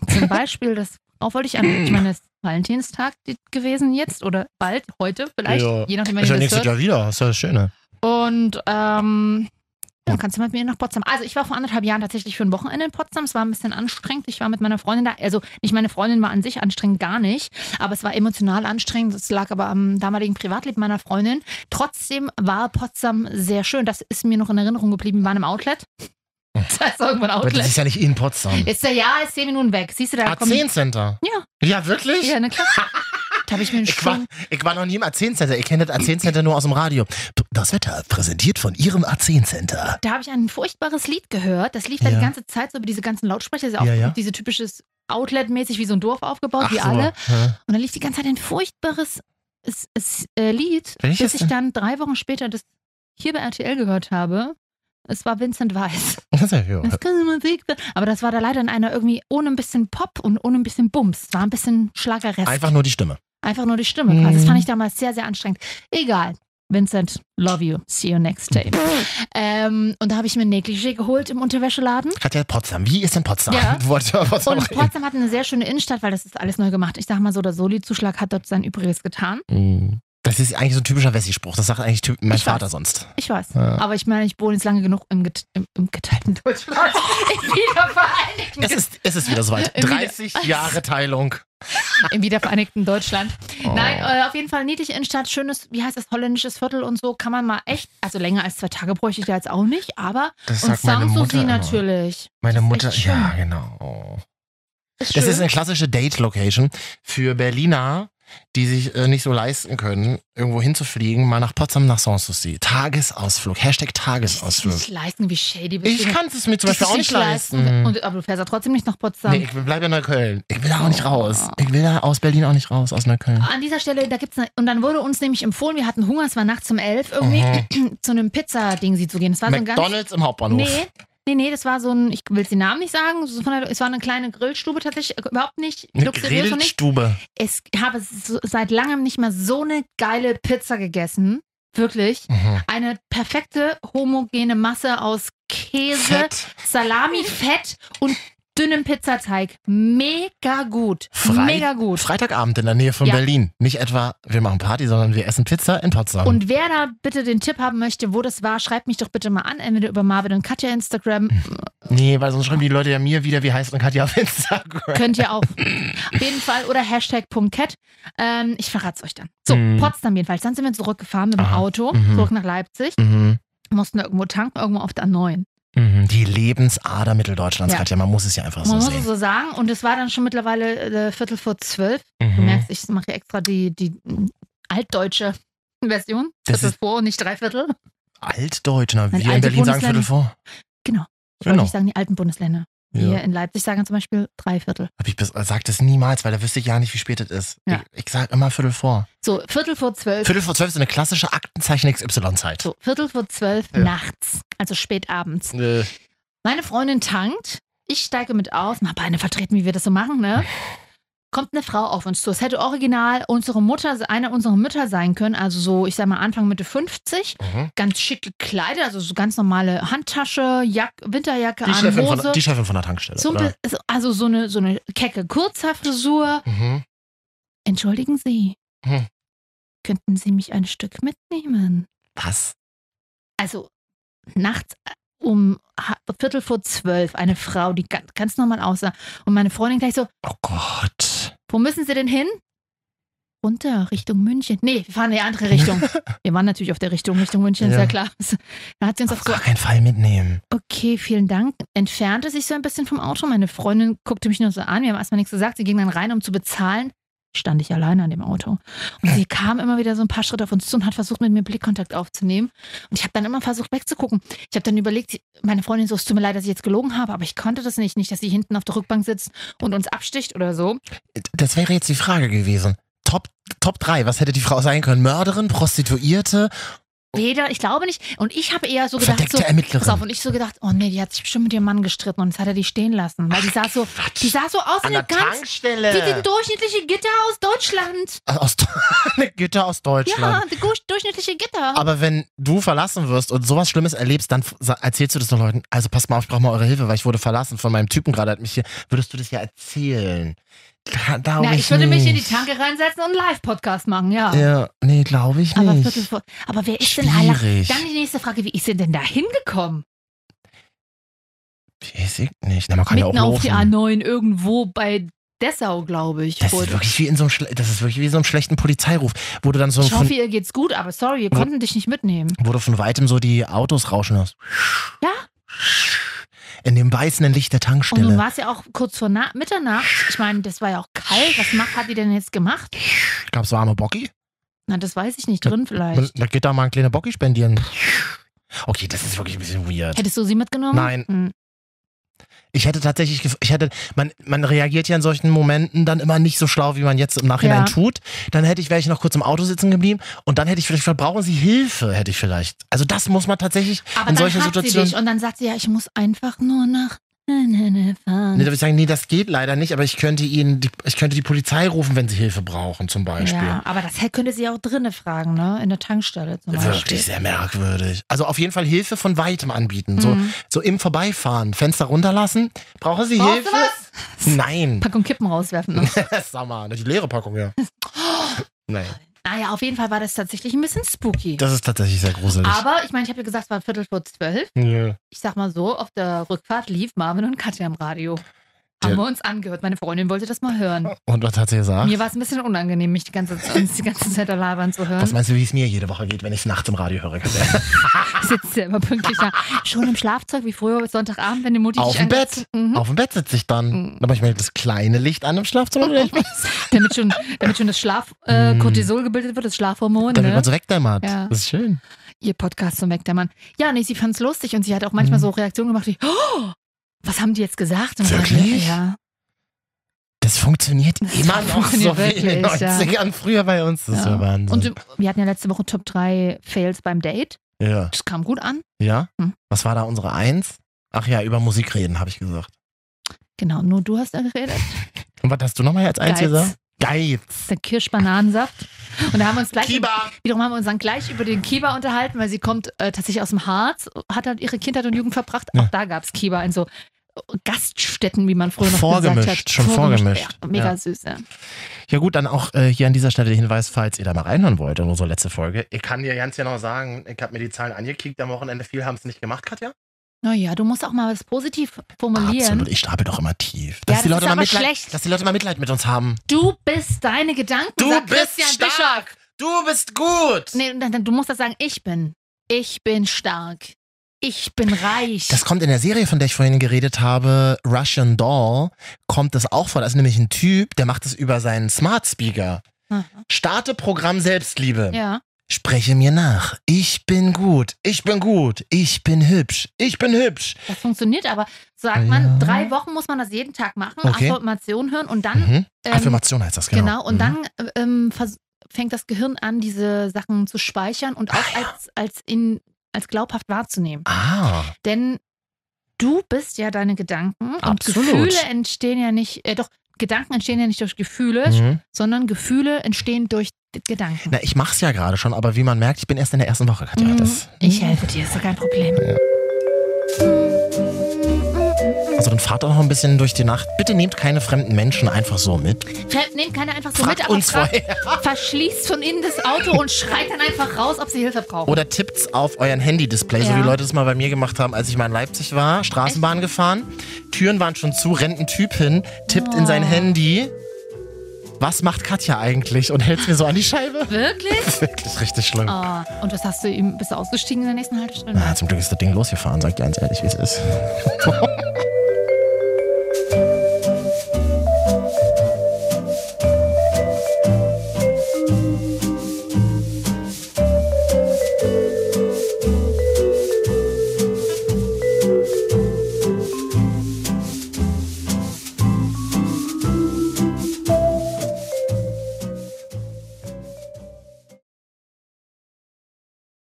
C: Zum Beispiel, das auch wollte ich an. Ich meine, es ist Valentinstag die- gewesen jetzt oder bald, heute vielleicht, je nachdem, wann
B: Ist ja
C: ihr das
B: nächstes
C: hört.
B: Jahr wieder. Das ist ja das Schöne.
C: Und ähm, ja, kannst du mit mir nach Potsdam? Also ich war vor anderthalb Jahren tatsächlich für ein Wochenende in Potsdam. Es war ein bisschen anstrengend. Ich war mit meiner Freundin da. Also nicht meine Freundin war an sich anstrengend, gar nicht. Aber es war emotional anstrengend. Das lag aber am damaligen Privatleben meiner Freundin. Trotzdem war Potsdam sehr schön. Das ist mir noch in Erinnerung geblieben. Wir waren im Outlet. Das heißt irgendwann
B: Aber das
C: Outlet.
B: ist ja nicht in Potsdam.
C: Ist der ja, ist zehn Minuten weg. Siehst du, da kommt...
B: A10 Center.
C: Ja.
B: Ja, wirklich?
C: Ja, na klar. da habe ich mir einen
B: Ich war,
C: Schwung...
B: ich war noch nie im A10 Center. Ich kenne das A10 Center nur aus dem Radio. Das Wetter präsentiert von Ihrem A10 Center.
C: Da habe ich ein furchtbares Lied gehört. Das lief da
B: Ja.
C: die ganze Zeit so über diese ganzen Lautsprecher. Das ist
B: Ja,
C: auch
B: ja.
C: diese typisches Outlet-mäßig wie so ein Dorf aufgebaut, Oh, wie
B: so.
C: alle.
B: Ja.
C: Und dann lief die ganze Zeit ein furchtbares s- s- äh, Lied,
B: Welches
C: bis ich
B: denn?
C: dann drei Wochen später das hier bei RTL gehört habe. Es war Vincent Weiss.
B: Das ist ja, ja.
C: Das kann Musik sein. Aber das war da leider in einer irgendwie ohne ein bisschen Pop und ohne ein bisschen Bums. War ein bisschen Schlageresk.
B: Einfach nur die Stimme.
C: Einfach nur die Stimme quasi. Das fand
B: Hm.
C: ich damals sehr, sehr anstrengend. Egal. Vincent, love you. See you next day. ähm, und da habe ich mir ein Negligé geholt im Unterwäscheladen.
B: Katja Potsdam. Wie ist denn Potsdam?
C: Ja.
B: Du wolltest ja Potsdam
C: Und
B: reden.
C: Potsdam hat eine sehr schöne Innenstadt, weil das ist alles neu gemacht. Ich sag mal so, der Soli-Zuschlag hat dort sein Übriges getan.
B: Mhm. Das ist eigentlich so ein typischer Wessi-Spruch. Das sagt eigentlich typ, mein
C: Ich
B: Vater
C: weiß.
B: sonst.
C: Ich weiß.
B: Ja.
C: Aber ich meine, ich wohne jetzt lange genug im, get im, im geteilten Deutschland. Im wiedervereinigten,
B: Es ist, es ist wieder soweit.
C: Im Wieder-
B: 30 Jahre Teilung.
C: Im wiedervereinigten Deutschland.
B: Oh.
C: Nein, äh, auf jeden Fall niedlich Innenstadt, schönes, wie heißt das, holländisches Viertel und so. Kann man mal echt, also länger als zwei Tage bräuchte ich da jetzt auch nicht, aber
B: Das
C: und
B: sagt meine Mutter
C: Sanssouci
B: immer.
C: natürlich.
B: Meine Mutter,
C: echt schön.
B: ja, genau. Oh.
C: Ist
B: das
C: schön.
B: ist eine klassische Date-Location für Berliner, die sich äh, nicht so leisten können, irgendwo hinzufliegen, mal nach Potsdam nach Sanssouci. Tagesausflug, Hashtag
C: Nicht
B: Tagesausflug.
C: leisten, wie shady bist
B: Ich
C: du.
B: kann es mir zum Beispiel
C: Ich
B: auch
C: nicht
B: nicht leisten. Mhm.
C: Und, aber du fährst ja trotzdem nicht nach Potsdam.
B: Nee, ich bleibe in Neukölln. Ich will da auch
C: Oh.
B: nicht raus. Ich will da aus Berlin auch nicht raus, aus Neukölln.
C: An dieser Stelle, da gibt's ne, und dann wurde uns nämlich empfohlen, wir hatten Hunger, es war nachts um elf, irgendwie
B: Mhm.
C: zu einem Pizzading sie zu gehen. Das war so ein ganz,
B: McDonalds im Hauptbahnhof.
C: Nee, nee, nee, das war so ein, ich will den Namen nicht sagen, so von der, es war eine kleine Grillstube tatsächlich, äh, überhaupt nicht
B: Eine
C: luxuriös und nicht.
B: Grillstube.
C: Es ich habe so, seit langem nicht mehr so eine geile Pizza gegessen. Wirklich.
B: Mhm.
C: Eine perfekte homogene Masse aus Käse,
B: Fett.
C: Salami, Fett und dünnem Pizzateig. Mega gut.
B: Frei-
C: Mega gut.
B: Freitagabend in der Nähe von
C: Ja.
B: Berlin. Nicht etwa, wir machen Party, sondern wir essen Pizza in Potsdam.
C: Und wer da bitte den Tipp haben möchte, wo das war, schreibt mich doch bitte mal an, entweder über Marvin und Katja Instagram.
B: nee, weil sonst schreiben die Leute ja mir wieder, wie heißt und Katja auf Instagram.
C: Könnt ihr auch. Auf jeden Fall. Oder Hashtag.cat. Ähm, ich verrate es euch dann. So,
B: Mhm.
C: Potsdam jedenfalls. Dann sind wir zurückgefahren mit dem
B: Aha.
C: Auto,
B: Mhm.
C: zurück nach Leipzig.
B: Mhm.
C: Mussten da irgendwo tanken, irgendwo auf der neuen.
B: Mhm, Die Lebensader Mitteldeutschlands,
C: Ja.
B: Katja, man muss es ja einfach
C: Man
B: so
C: muss
B: sehen.
C: es so sagen. Und es war dann schon mittlerweile äh, Viertel vor zwölf. Du
B: Mhm.
C: merkst, ich mache hier extra die, die mh, altdeutsche Version.
B: Das
C: Viertel
B: ist-
C: vor und nicht Dreiviertel.
B: Altdeutsch, na,
C: Nein,
B: wir in
C: alte
B: Berlin sagen
C: Bundesländer.
B: Viertel vor.
C: Genau. Ich wollte
B: Genau.
C: nicht sagen, die alten Bundesländer.
B: Ja.
C: Hier in Leipzig sagen zum Beispiel Dreiviertel.
B: Hab ich bis, sag das niemals, weil da wüsste ich ja nicht, wie spät es ist.
C: Ja.
B: Ich, ich sag immer Viertel vor.
C: So, Viertel vor zwölf.
B: Viertel vor zwölf ist eine klassische Aktenzeichen XY-Zeit.
C: so, Viertel vor zwölf
B: Ja.
C: nachts, also spät abends.
B: Äh,
C: Meine Freundin tankt, ich steige mit aus, mal Beine vertreten, wie wir das so machen, ne? Kommt eine Frau auf uns zu. Es hätte original unsere Mutter, eine unserer Mütter sein können, also so, ich sag mal, Anfang Mitte 50.
B: Mhm.
C: Ganz schick gekleidet, also so ganz normale Handtasche, Jack, Winterjacke,
B: die,
C: an,
B: Chefin
C: Hose.
B: von, die Chefin von der Tankstelle.
C: so ein
B: oder?
C: bisschen- also so eine, so eine kecke Kurzhaarfrisur.
B: Mhm.
C: Entschuldigen Sie,
B: Hm.
C: könnten Sie mich ein Stück mitnehmen?
B: Was?
C: also nachts um ha- Viertel vor zwölf eine Frau, die ganz, ganz normal aussah. Und meine Freundin gleich so,
B: Oh Gott.
C: wo müssen Sie denn hin? Runter, Richtung München. Nee, wir fahren in die andere Richtung. wir waren natürlich auf der Richtung Richtung München, ist ja
B: Ja.
C: klar. Da hat sie uns auch
B: Auf
C: so,
B: gar keinen Fall mitnehmen.
C: okay, vielen Dank. Entfernte sich so ein bisschen vom Auto. Meine Freundin guckte mich nur so an. Wir haben erstmal nichts gesagt. Sie ging dann rein, um zu bezahlen. Stand ich alleine an dem Auto. Und sie kam immer wieder so ein paar Schritte auf uns zu und hat versucht, mit mir Blickkontakt aufzunehmen. Und ich habe dann immer versucht, wegzugucken. Ich habe dann überlegt, sie- meine Freundin so, es tut mir leid, dass ich jetzt gelogen habe, aber ich konnte das nicht. Nicht, dass sie hinten auf der Rückbank sitzt und uns absticht oder so.
B: Das wäre jetzt die Frage gewesen. Top, Top 3, was hätte die Frau sein können? Mörderin, Prostituierte?
C: Weder, ich glaube nicht. Und ich habe eher so gedacht,
B: Verdeckte
C: so,
B: Ermittlerin.
C: Pass auf, und ich so gedacht, oh nee, die hat sich bestimmt mit ihrem Mann gestritten und das hat er die stehen lassen. Weil die sah so, die sah so aus
B: An
C: wie eine
B: der
C: ganz,
B: Tankstelle.
C: wie die durchschnittliche Gitter aus Deutschland.
B: Aus, eine Gitter aus Deutschland.
C: Ja, genau. die gu- durchschnittliche Gitter.
B: Aber wenn du verlassen wirst und sowas Schlimmes erlebst, dann f- sa- erzählst du das den Leuten. Also passt mal auf, ich brauche mal eure Hilfe, weil ich wurde verlassen von meinem Typen gerade. Hat mich hier. Würdest du das ja erzählen? Da, glaub
C: Na, ich würde mich in die
B: nicht.
C: Tanke reinsetzen und einen Live-Podcast machen, ja.
B: Ja, nee, glaube ich
C: Aber,
B: nicht.
C: Viertel vor, aber wer ist denn
B: Schwierig.
C: alle? Dann die nächste Frage, wie ist sie denn da hingekommen?
B: Weiß ich nicht. Na, man kann ja auch
C: Mitten auf die
B: laufen.
C: A9 irgendwo bei Dessau, glaube ich.
B: Das
C: wohl.
B: ist, wirklich wie in so einem Schle- das ist wirklich wie in so einem schlechten Polizeiruf, wo du dann so
C: ich hoffe,
B: von,
C: ihr geht's gut, aber sorry, wir konnten dich nicht mitnehmen.
B: wo du von weitem so die Autos rauschen hörst.
C: Ja.
B: In dem beißenden Licht der
C: Und nun
B: Tankstelle.
C: war es ja auch kurz vor Na Mitternacht. Ich meine, das war ja auch kalt. Was macht, hat die denn jetzt gemacht?
B: Gab's warme Bocki?
C: Na, das weiß ich nicht drin
B: Man-
C: vielleicht.
B: Da geht da mal ein kleiner Bocki spendieren. Okay, das ist wirklich ein bisschen weird.
C: Hättest du sie mitgenommen?
B: Nein.
C: Hm.
B: Ich hätte tatsächlich, gef- ich hätte, man, man reagiert ja in solchen Momenten dann immer nicht so schlau, wie man jetzt im Nachhinein
C: Ja.
B: tut. Dann hätte ich, wäre ich noch kurz im Auto sitzen geblieben und dann hätte ich vielleicht, brauchen Sie Hilfe, hätte ich vielleicht. Also das muss man tatsächlich
C: Aber
B: in
C: dann
B: solchen
C: hat
B: Situationen.
C: sie dich und dann sagt sie, ja, ich muss einfach nur nach fahren.
B: Nee, da würde ich sagen, nee, das geht leider nicht, aber ich könnte Ihnen, die, ich könnte die Polizei rufen, wenn Sie Hilfe brauchen, zum Beispiel.
C: Ja, aber das hätte- könnte sie auch drinnen fragen, ne? In der Tankstelle zum Beispiel.
B: Wirklich sehr merkwürdig. Also auf jeden Fall Hilfe von weitem anbieten. So,
C: Mhm.
B: so im Vorbeifahren, Fenster runterlassen. Brauchen Sie
C: Brauchst du
B: Hilfe?
C: was?
B: Nein.
C: Packung Kippen rauswerfen. Ne?
B: Sag mal, die leere Packung, ja. Nein.
C: Nein, Naja, auf jeden Fall war das tatsächlich ein bisschen spooky.
B: Das ist tatsächlich sehr gruselig.
C: Aber ich meine, ich habe ja gesagt, es war Viertel vor zwölf.
B: Ja.
C: Ich sag mal so, auf der Rückfahrt lief Marvin und Katja im Radio. Haben
B: Der-
C: wir uns angehört. Meine Freundin wollte das mal hören.
B: Und was hat sie gesagt?
C: Mir war es ein bisschen unangenehm, mich die ganze, uns die ganze Zeit da labern zu hören.
B: was meinst du, wie es mir jede Woche geht, wenn ich nachts im Radio höre? Katja?
C: Ich sitze ja immer pünktlich da. Schon im Schlafzeug, wie früher Sonntagabend, wenn die Mutti
B: Auf
C: dich
B: dem Bett.
C: angezogen- Mhm.
B: Auf dem Bett sitze ich dann. Da mache ich mir das kleine Licht an im Schlafzimmer. oder ich-
C: damit, schon, damit schon das Schlaf äh, Cortisol gebildet wird, das Schlafhormon.
B: Dann wird
C: ne?
B: Hm. man so wegdämmert.
C: Ja.
B: Das ist schön.
C: Ihr Podcast zum Wegdämmern. Ja, nee, sie fand es lustig und sie hat auch manchmal
B: Hm.
C: so Reaktionen gemacht wie, oh, was haben die jetzt gesagt? Und
B: Wirklich?
C: Dann, ja.
B: Das funktioniert immer noch so
C: funktioniert
B: wie in den
C: wirklich, ja.
B: 90ern früher bei uns. Das ist ja Wahnsinn.
C: Und wir hatten ja letzte Woche Top 3 Fails beim Date.
B: ja.
C: Das kam gut an.
B: ja?
C: Hm.
B: Was war da unsere Eins? Ach ja, über Musik reden, habe ich gesagt.
C: Genau, nur du hast da geredet.
B: Und was hast du nochmal als Eins
C: Geiz.
B: gesagt? Geiz.
C: Der Kirschbananensaft. Und da haben wir uns gleich. Wiederum haben wir uns dann gleich über den Kiba unterhalten, weil sie kommt äh, tatsächlich aus dem Harz, hat halt ihre Kindheit und Jugend verbracht.
B: Ja.
C: Auch da gab es Kiba in so äh, Gaststätten, wie man früher noch gesagt
B: Vorgemischt,
C: hat.
B: schon vorgemischt.
C: Ja, mega
B: Ja.
C: süß, ja.
B: Ja gut, dann auch äh, hier an dieser Stelle der Hinweis, falls ihr da mal reinhören wollt in unsere letzte Folge. Ich kann dir ganz genau sagen, ich habe mir die Zahlen angekickt am Wochenende. Viel haben es nicht gemacht, Katja.
C: Naja, du musst auch mal was positiv formulieren.
B: Absolut, ich stapel doch immer tief.
C: Ja,
B: Dass, die
C: das
B: Leute
C: ist
B: mal
C: aber
B: Mitleid,
C: schlecht.
B: dass die Leute mal Mitleid mit uns haben.
C: Du bist deine Gedanken.
B: Du
C: sagt
B: bist
C: Christian
B: stark.
C: Bischoff.
B: Du bist gut.
C: Nee, dann, dann, du musst das sagen, ich bin. Ich bin stark. Ich bin reich.
B: Das kommt in der Serie, von der ich vorhin geredet habe, Russian Doll, kommt das auch vor. Da ist nämlich ein Typ, der macht es über seinen Smart Speaker.
C: Aha.
B: Starte Programm Selbstliebe.
C: ja.
B: Spreche mir nach. Ich bin gut. Ich bin gut. Ich bin hübsch. Ich bin hübsch.
C: Das funktioniert aber, sagt man, drei Wochen muss man das jeden Tag machen,
B: Ah Okay.
C: Affirmation hören und dann.
B: Mhm.
C: ähm,
B: Affirmation heißt das,
C: Genau,
B: genau.
C: und
B: mhm.
C: dann äh, ähm, vers- fängt das Gehirn an, diese Sachen zu speichern und auch als, als, in, als glaubhaft wahrzunehmen.
B: Ah.
C: Denn du bist ja deine Gedanken
B: Absolut.
C: und Gefühle entstehen ja nicht, äh, doch, Gedanken entstehen ja nicht durch Gefühle,
B: Mhm.
C: sondern Gefühle entstehen durch d- Gedanken.
B: Na, ich mach's ja gerade schon, aber wie man merkt, ich bin erst in der ersten Woche, Katja.
C: Mhm.
B: Das,
C: ich helfe dir, ist doch kein Problem.
B: also dann fahrt doch noch ein bisschen durch die Nacht. Bitte nehmt keine fremden Menschen einfach so mit.
C: Fre- Nehmt keine einfach so
B: Fragt
C: mit, aber
B: uns
C: fragt, verschließt von innen das Auto und schreit dann einfach raus, ob sie Hilfe brauchen.
B: Oder tippt's auf euren Handy-Display, so
C: Ja.
B: wie Leute es mal bei mir gemacht haben, als ich mal in Leipzig war, Straßenbahn gefahren, Türen waren schon zu, rennt ein Typ hin, tippt in sein Handy. Was macht Katja eigentlich? Und hält's mir so an die Scheibe?
C: Wirklich?
B: Wirklich richtig schlimm. Ah,
C: Ah, und was hast du ihm? Bist du ausgestiegen in der nächsten Haltestelle?
B: Na, zum Glück ist das Ding losgefahren, sagt ihr ganz ehrlich, wie es ist.